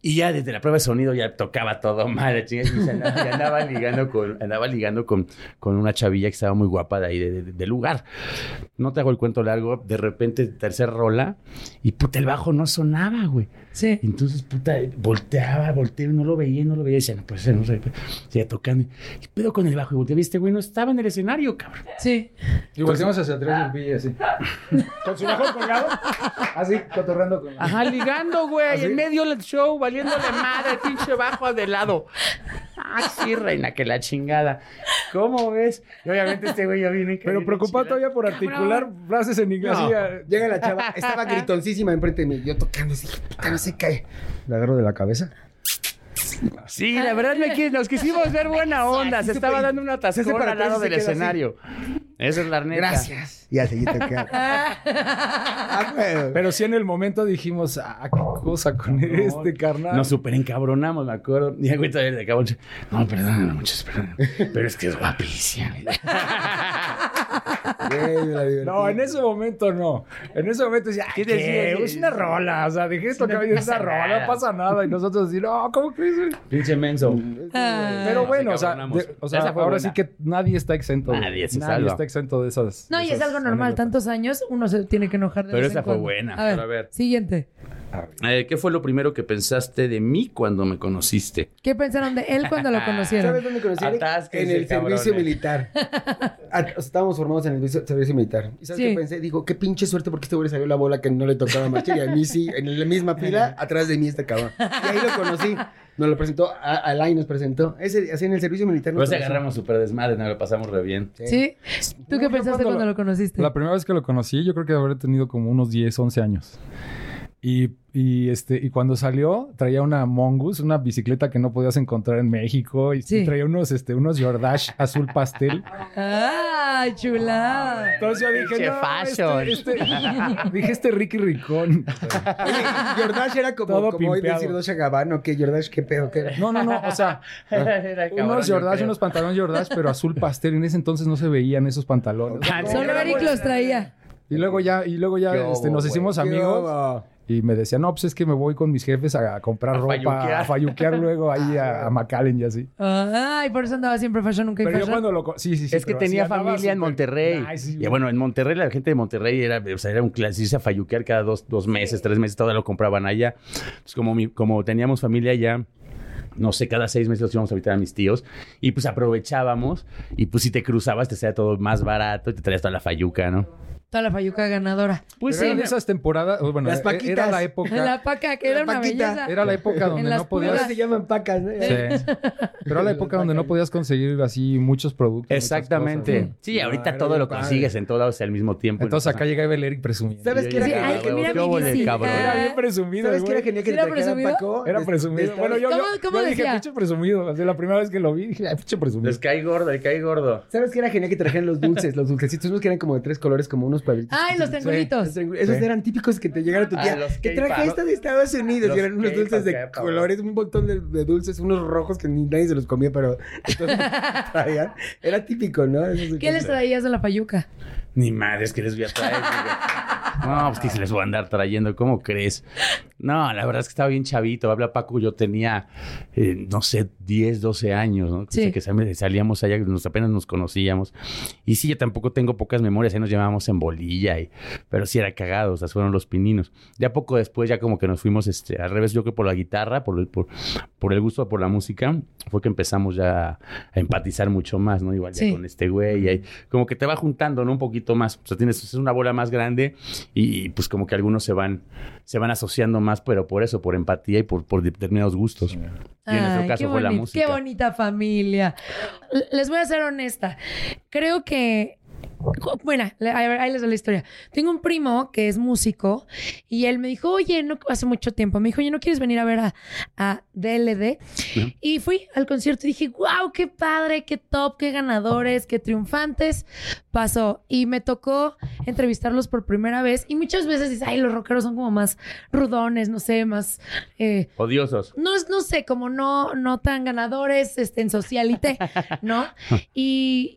Speaker 5: Y ya desde la prueba de sonido ya tocaba todo mal, chingas, y se andaba, y andaba ligando, con, andaba ligando con, con una chavilla que estaba muy guapa de ahí, de- de- del lugar. No te hago el cuento largo, de repente, tercer rola, y puta, el bajo no sonaba, güey.
Speaker 1: Sí.
Speaker 5: Entonces, puta, volteaba, volteaba, y no lo veía, no lo veía, y decía, no, pues, no sé, seguía tocando. ¿Qué pedo con el bajo? Y volteaba, y este güey no estaba en el escenario, cabrón.
Speaker 1: Sí.
Speaker 3: Y volteamos hacia atrás del pilla así. Con su bajo colgado. Así, cotorreando con
Speaker 5: Ajá, ligando, güey, en medio del show, valiéndole madre, pinche bajo de lado. Ah, sí, reina, que la chingada. ¿Cómo ves? Y obviamente este güey ya viene.
Speaker 3: Pero preocupado todavía por articular frases en inglés. así, ah,
Speaker 2: Llega la chava, estaba gritoncísima enfrente de mí. Yo tocando, así, puta, no se cae. La agarro de la cabeza.
Speaker 5: Sí, la verdad me quis- nos quisimos ver buena onda. Se estaba dando una
Speaker 2: Se hace
Speaker 5: tascona
Speaker 2: para
Speaker 5: al
Speaker 2: atrás
Speaker 5: lado
Speaker 2: y se
Speaker 5: del
Speaker 2: queda así.
Speaker 5: escenario. Esa es la neta.
Speaker 2: Gracias. Y así yo tocando. Ah, güey.
Speaker 3: Pero sí en el momento dijimos, ah, qué cosa con este carnal.
Speaker 5: Nos super encabronamos, me acuerdo. Y el güey todavía le acabó. No, perdóname, muchas perdón. Pero es que es guapísima.
Speaker 2: Güey, me la divertí.
Speaker 3: No, en ese momento no. En ese momento decía, ¿qué,
Speaker 5: ¿Qué decía?
Speaker 3: Es una rola. O sea, dejé esto que
Speaker 5: No
Speaker 3: había
Speaker 5: pasa
Speaker 3: una rola,
Speaker 5: nada. Ah,
Speaker 3: no pasa nada. Y nosotros así, no, ¿cómo crees? güey?"
Speaker 5: Pinche menso.
Speaker 1: Ah.
Speaker 3: Pero bueno, o sea,
Speaker 5: cabronamos.
Speaker 3: de- o sea,
Speaker 5: Esa
Speaker 3: ahora
Speaker 5: fue buena.
Speaker 3: sí que nadie está exento. de-
Speaker 5: Nadie se
Speaker 3: nadie
Speaker 5: salva.
Speaker 3: está exento de esas.
Speaker 1: No,
Speaker 3: de
Speaker 1: y es
Speaker 3: esas
Speaker 1: algo normal.
Speaker 3: anécdotas.
Speaker 1: Tantos años, uno se tiene que enojar de
Speaker 5: Pero
Speaker 1: vez
Speaker 5: esa
Speaker 1: en
Speaker 5: fue
Speaker 1: cuando.
Speaker 5: buena.
Speaker 1: A ver,
Speaker 5: Pero a ver.
Speaker 1: Siguiente.
Speaker 5: Eh, ¿Qué fue lo primero que pensaste de mí cuando me conociste?
Speaker 1: ¿Qué pensaron de él cuando lo
Speaker 2: ¿Sabes
Speaker 1: conocieron?
Speaker 2: dónde conocí a Eric? En
Speaker 5: Atásquense,
Speaker 2: el servicio
Speaker 5: cabrones.
Speaker 2: militar. A- o sea, estábamos formados en el servicio, servicio militar. ¿Y sabes
Speaker 1: Sí.
Speaker 2: qué pensé? Digo, qué pinche suerte porque este güey le salió la bola que no le tocaba a Marcher y a mí sí, en la misma fila, atrás de mí este cabrón. Y ahí lo conocí. Nos lo presentó, a- Alain nos presentó. Ese, así en el servicio militar. nos
Speaker 5: Pues
Speaker 2: conocí.
Speaker 5: agarramos súper desmadre, no lo pasamos re bien.
Speaker 1: ¿Sí? ¿Tú qué
Speaker 3: yo
Speaker 1: pensaste
Speaker 3: cuando
Speaker 1: cuando
Speaker 3: lo-
Speaker 1: lo conociste?
Speaker 3: La primera vez que lo conocí, yo creo que habré tenido como unos 10, 11 años. Y, y, este, y cuando salió, traía una Mongoose, una bicicleta que no podías encontrar en México. Y,
Speaker 1: Sí.
Speaker 3: y traía unos, este, unos Jordache azul pastel.
Speaker 1: ¡Ay, chula!
Speaker 3: Entonces yo dije,
Speaker 5: Pinche
Speaker 3: no,
Speaker 5: fashion".
Speaker 3: este, este- dije, este Ricky Ricón.
Speaker 2: Jordash era como,
Speaker 3: Todo
Speaker 2: como hoy
Speaker 3: pimpeado.
Speaker 2: decir Dosha Gabbana, que Jordash, qué pedo, qué era.
Speaker 3: No, no, no, o sea,
Speaker 5: Era cabrón,
Speaker 3: unos
Speaker 5: yo
Speaker 3: Jordache,
Speaker 5: creo.
Speaker 3: unos pantalones Jordache, pero azul pastel. En ese entonces no se veían esos pantalones.
Speaker 5: Ah, sí,
Speaker 1: Solo
Speaker 5: era
Speaker 1: Eric los traía.
Speaker 3: Y luego ya, y luego ya
Speaker 5: Qué
Speaker 3: este,
Speaker 5: obo,
Speaker 3: nos hicimos
Speaker 2: Qué
Speaker 3: amigos.
Speaker 2: bobo.
Speaker 3: Y me decían, no, pues es que me voy con mis jefes a, a comprar
Speaker 5: A
Speaker 3: ropa,
Speaker 5: falluquear. Ah,
Speaker 3: a falluquear luego ahí a, a McAllen y así.
Speaker 1: Ay, por eso andaba siempre fashion, nunca hay
Speaker 3: Pero yo
Speaker 1: fashion.
Speaker 3: cuando lo... co- Sí, sí, sí.
Speaker 5: Es que
Speaker 3: pero así
Speaker 5: tenía
Speaker 3: andaba
Speaker 5: familia en
Speaker 3: súper-
Speaker 5: Monterrey.
Speaker 3: Ay, sí,
Speaker 5: y bueno, en Monterrey, la gente de Monterrey era, o sea, era un clasista a falluquear cada dos, dos meses, tres meses, todo lo compraban allá. Entonces, como, mi- como teníamos familia allá, no sé, cada seis meses los íbamos a visitar a mis tíos y pues aprovechábamos y pues si te cruzabas te sea todo más barato y te traías toda la falluca, ¿no?
Speaker 1: Toda la fayuca ganadora.
Speaker 3: Pues
Speaker 1: sí.
Speaker 3: en esas temporadas... oh, Bueno,
Speaker 2: Las
Speaker 3: e- era
Speaker 2: paquitas.
Speaker 3: la época...
Speaker 1: En la paca, que era
Speaker 2: La
Speaker 1: una
Speaker 2: paquita.
Speaker 1: belleza.
Speaker 3: Era la época donde
Speaker 1: las
Speaker 3: no podías...
Speaker 2: Pues Ahora se llaman pacas, ¿no?
Speaker 3: Sí. Pero era la época donde no podías conseguir así muchos productos. muchas cosas,
Speaker 5: Exactamente.
Speaker 3: ¿no?
Speaker 5: Sí, ahorita
Speaker 2: Claro,
Speaker 5: todo
Speaker 2: bien
Speaker 5: lo
Speaker 2: padre.
Speaker 5: consigues en todos lados al mismo tiempo.
Speaker 3: Entonces acá llegaba el Eric presumido.
Speaker 2: ¿Sabes qué era
Speaker 1: Sí, ay,
Speaker 2: genial?
Speaker 1: que mira
Speaker 5: ¿Qué
Speaker 1: mi
Speaker 5: hubo,
Speaker 1: bici.
Speaker 5: cabrón?
Speaker 3: Era bien
Speaker 1: Ah.
Speaker 3: presumido,
Speaker 2: ¿Sabes qué era
Speaker 3: güey.
Speaker 2: genial que
Speaker 1: ¿Sí
Speaker 2: te
Speaker 1: era
Speaker 2: trajeran
Speaker 1: presumido?
Speaker 2: Paco?
Speaker 3: Era
Speaker 2: De-
Speaker 3: presumido.
Speaker 2: de-
Speaker 3: Bueno, yo,
Speaker 1: ¿Cómo-
Speaker 3: yo-
Speaker 1: cómo
Speaker 3: yo dije,
Speaker 1: decía?
Speaker 3: pinche presumido. Así, la primera vez que lo vi, dije, "Ay, pinche presumido.
Speaker 5: Les cae gordo, les cae gordo.
Speaker 2: ¿Sabes qué era genial que trajeran los dulces? Los dulcecitos, unos que eran como de tres colores, como unos palitos.
Speaker 1: Ay, los
Speaker 2: Los
Speaker 1: triangulitos.
Speaker 2: triangul- Esos
Speaker 3: Sí.
Speaker 2: eran típicos que te llegaron tu
Speaker 5: Ah,
Speaker 2: tía.
Speaker 5: los
Speaker 2: que
Speaker 5: K-pop.
Speaker 2: traje esta de Estados Unidos.
Speaker 5: Los
Speaker 2: y eran unos
Speaker 5: K-pop,
Speaker 2: dulces de
Speaker 5: K-pop.
Speaker 2: colores, un montón de, de dulces, unos rojos que ni nadie se los comía, pero todos traían. Era típico, ¿no? Esos de
Speaker 1: ¿Qué les traías de la fayuca?
Speaker 5: Ni madres que les voy a traer. digo. No, pues que se les voy a andar trayendo, ¿cómo crees? No, la verdad es que estaba bien chavito. Habla Paco, yo tenía, eh, no sé, 10, 12 años, ¿no?
Speaker 1: Sí.
Speaker 5: Que sal- salíamos allá, nos, apenas nos conocíamos. Y sí, yo tampoco tengo pocas memorias, ahí nos llevábamos en bolilla, y, pero sí era cagado, o sea, fueron los pininos. Ya poco después, ya como que nos fuimos este, al revés, yo creo que por la guitarra, por el, por, por el gusto por la música, fue que empezamos ya a empatizar mucho más, ¿no? Igual ya
Speaker 1: Sí.
Speaker 5: con este güey, y ahí como que te va juntando, ¿no? Un poquito más. O sea, tienes es una bola más grande y pues como que algunos se van, se van asociando más, pero por eso, por empatía y por, por determinados gustos. Y en nuestro
Speaker 1: Ay,
Speaker 5: caso
Speaker 1: qué
Speaker 5: fue la
Speaker 1: bonito,
Speaker 5: música.
Speaker 1: Qué bonita familia. L- Les voy a ser honesta. Creo que. ju- Bueno, le- a ver, ahí les doy la historia. Tengo un primo que es músico y él me dijo, oye, no, hace mucho tiempo, me dijo, oye, ¿no quieres venir a ver a, a DLD?
Speaker 5: Ujú.
Speaker 1: Y fui al concierto y dije, wow, qué padre, qué top, qué ganadores, qué triunfantes. Pasó y me tocó entrevistarlos por primera vez y muchas veces dices, ay, los rockeros son como más rudones, no sé, más... eh,
Speaker 5: Odiosos.
Speaker 1: no, es- no sé, como no, no tan ganadores este, en socialité, ¿no? Y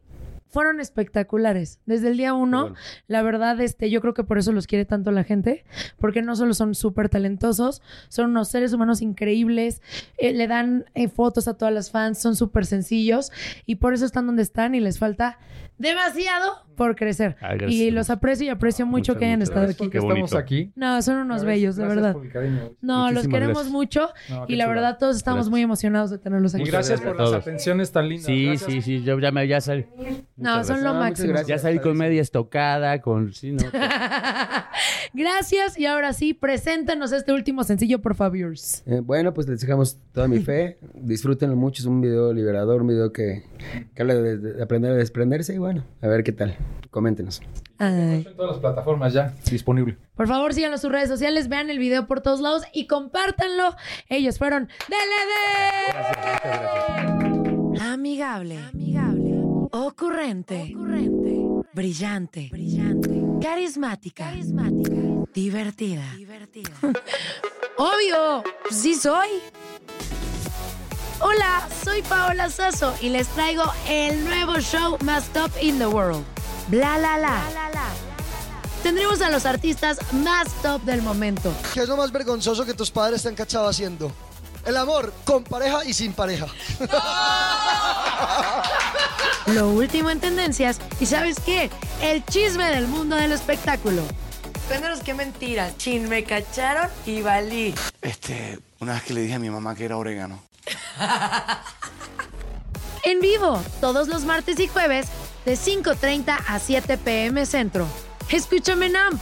Speaker 1: fueron espectaculares. Desde el día uno,
Speaker 5: bueno.
Speaker 1: la verdad, este, yo creo que por eso los quiere tanto la gente, porque no solo son súper talentosos, son unos seres humanos increíbles, eh, le dan eh, fotos a todas las fans, son súper sencillos y por eso están donde están y les falta demasiado por crecer.
Speaker 5: Ay, ah, gracias. Ah,
Speaker 1: Y los aprecio y aprecio mucho
Speaker 5: Muchas,
Speaker 1: que hayan
Speaker 5: muchas
Speaker 1: estado
Speaker 5: gracias.
Speaker 1: aquí.
Speaker 5: Qué
Speaker 3: estamos
Speaker 5: bonito.
Speaker 3: aquí.
Speaker 1: No, son unos bellos, de verdad. No, los
Speaker 5: Muchísimas
Speaker 1: queremos
Speaker 5: gracias.
Speaker 1: mucho
Speaker 3: No, qué
Speaker 1: y la
Speaker 3: chula.
Speaker 1: verdad todos estamos
Speaker 5: Gracias.
Speaker 1: muy emocionados de tenerlos
Speaker 3: Y
Speaker 1: aquí.
Speaker 3: gracias
Speaker 5: gracias
Speaker 3: por
Speaker 5: a
Speaker 3: las
Speaker 5: todos.
Speaker 3: atenciones tan lindas.
Speaker 5: Sí,
Speaker 3: Gracias.
Speaker 5: sí, sí, yo ya me ya salí.
Speaker 1: No,
Speaker 5: Muchas
Speaker 1: son
Speaker 5: gracias.
Speaker 1: lo
Speaker 2: Ah, muchas
Speaker 1: máximo.
Speaker 2: gracias.
Speaker 5: Ya salí con media estocada, con sí, no.
Speaker 1: Gracias y ahora sí, preséntanos este último sencillo, por favor.
Speaker 2: Eh, bueno, pues les dejamos toda mi fe. Disfrútenlo mucho. Es un video liberador, un video que, que habla de, de aprender a desprenderse. Y bueno, a ver qué tal. Coméntenos.
Speaker 1: Ay.
Speaker 3: En todas las plataformas ya disponible.
Speaker 1: Por favor, síganos en sus redes sociales, vean el video por todos lados y compártanlo. Ellos fueron DLD. Amigable. Amigable. Ocurrente. Brillante. Carismática. Divertida. Obvio, sí soy. Hola, soy Paola Sasso y les traigo el nuevo show más top in the world. Bla la la. Tendremos a los artistas más top del momento.
Speaker 6: ¿Qué es lo más vergonzoso que tus padres te han cachado haciendo? El amor con pareja y sin pareja.
Speaker 1: Lo último en tendencias y ¿sabes qué? El chisme del mundo del espectáculo.
Speaker 4: Cuéntanos qué mentiras. Chin, me cacharon y valí.
Speaker 7: Este, una vez que le dije a mi mamá que era orégano.
Speaker 1: En vivo, todos los martes y jueves, de 5.30 a 7 pm centro. Escúchame en AMP.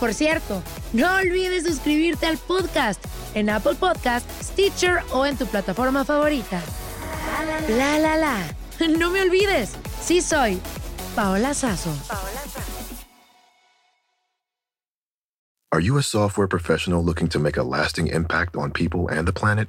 Speaker 1: Por cierto, no olvides suscribirte al podcast en Apple Podcast, Stitcher o en tu plataforma favorita. La la la. No me olvides, sí soy Paola Sazo.
Speaker 8: Are you a software professional looking to make a lasting impact on people and the planet?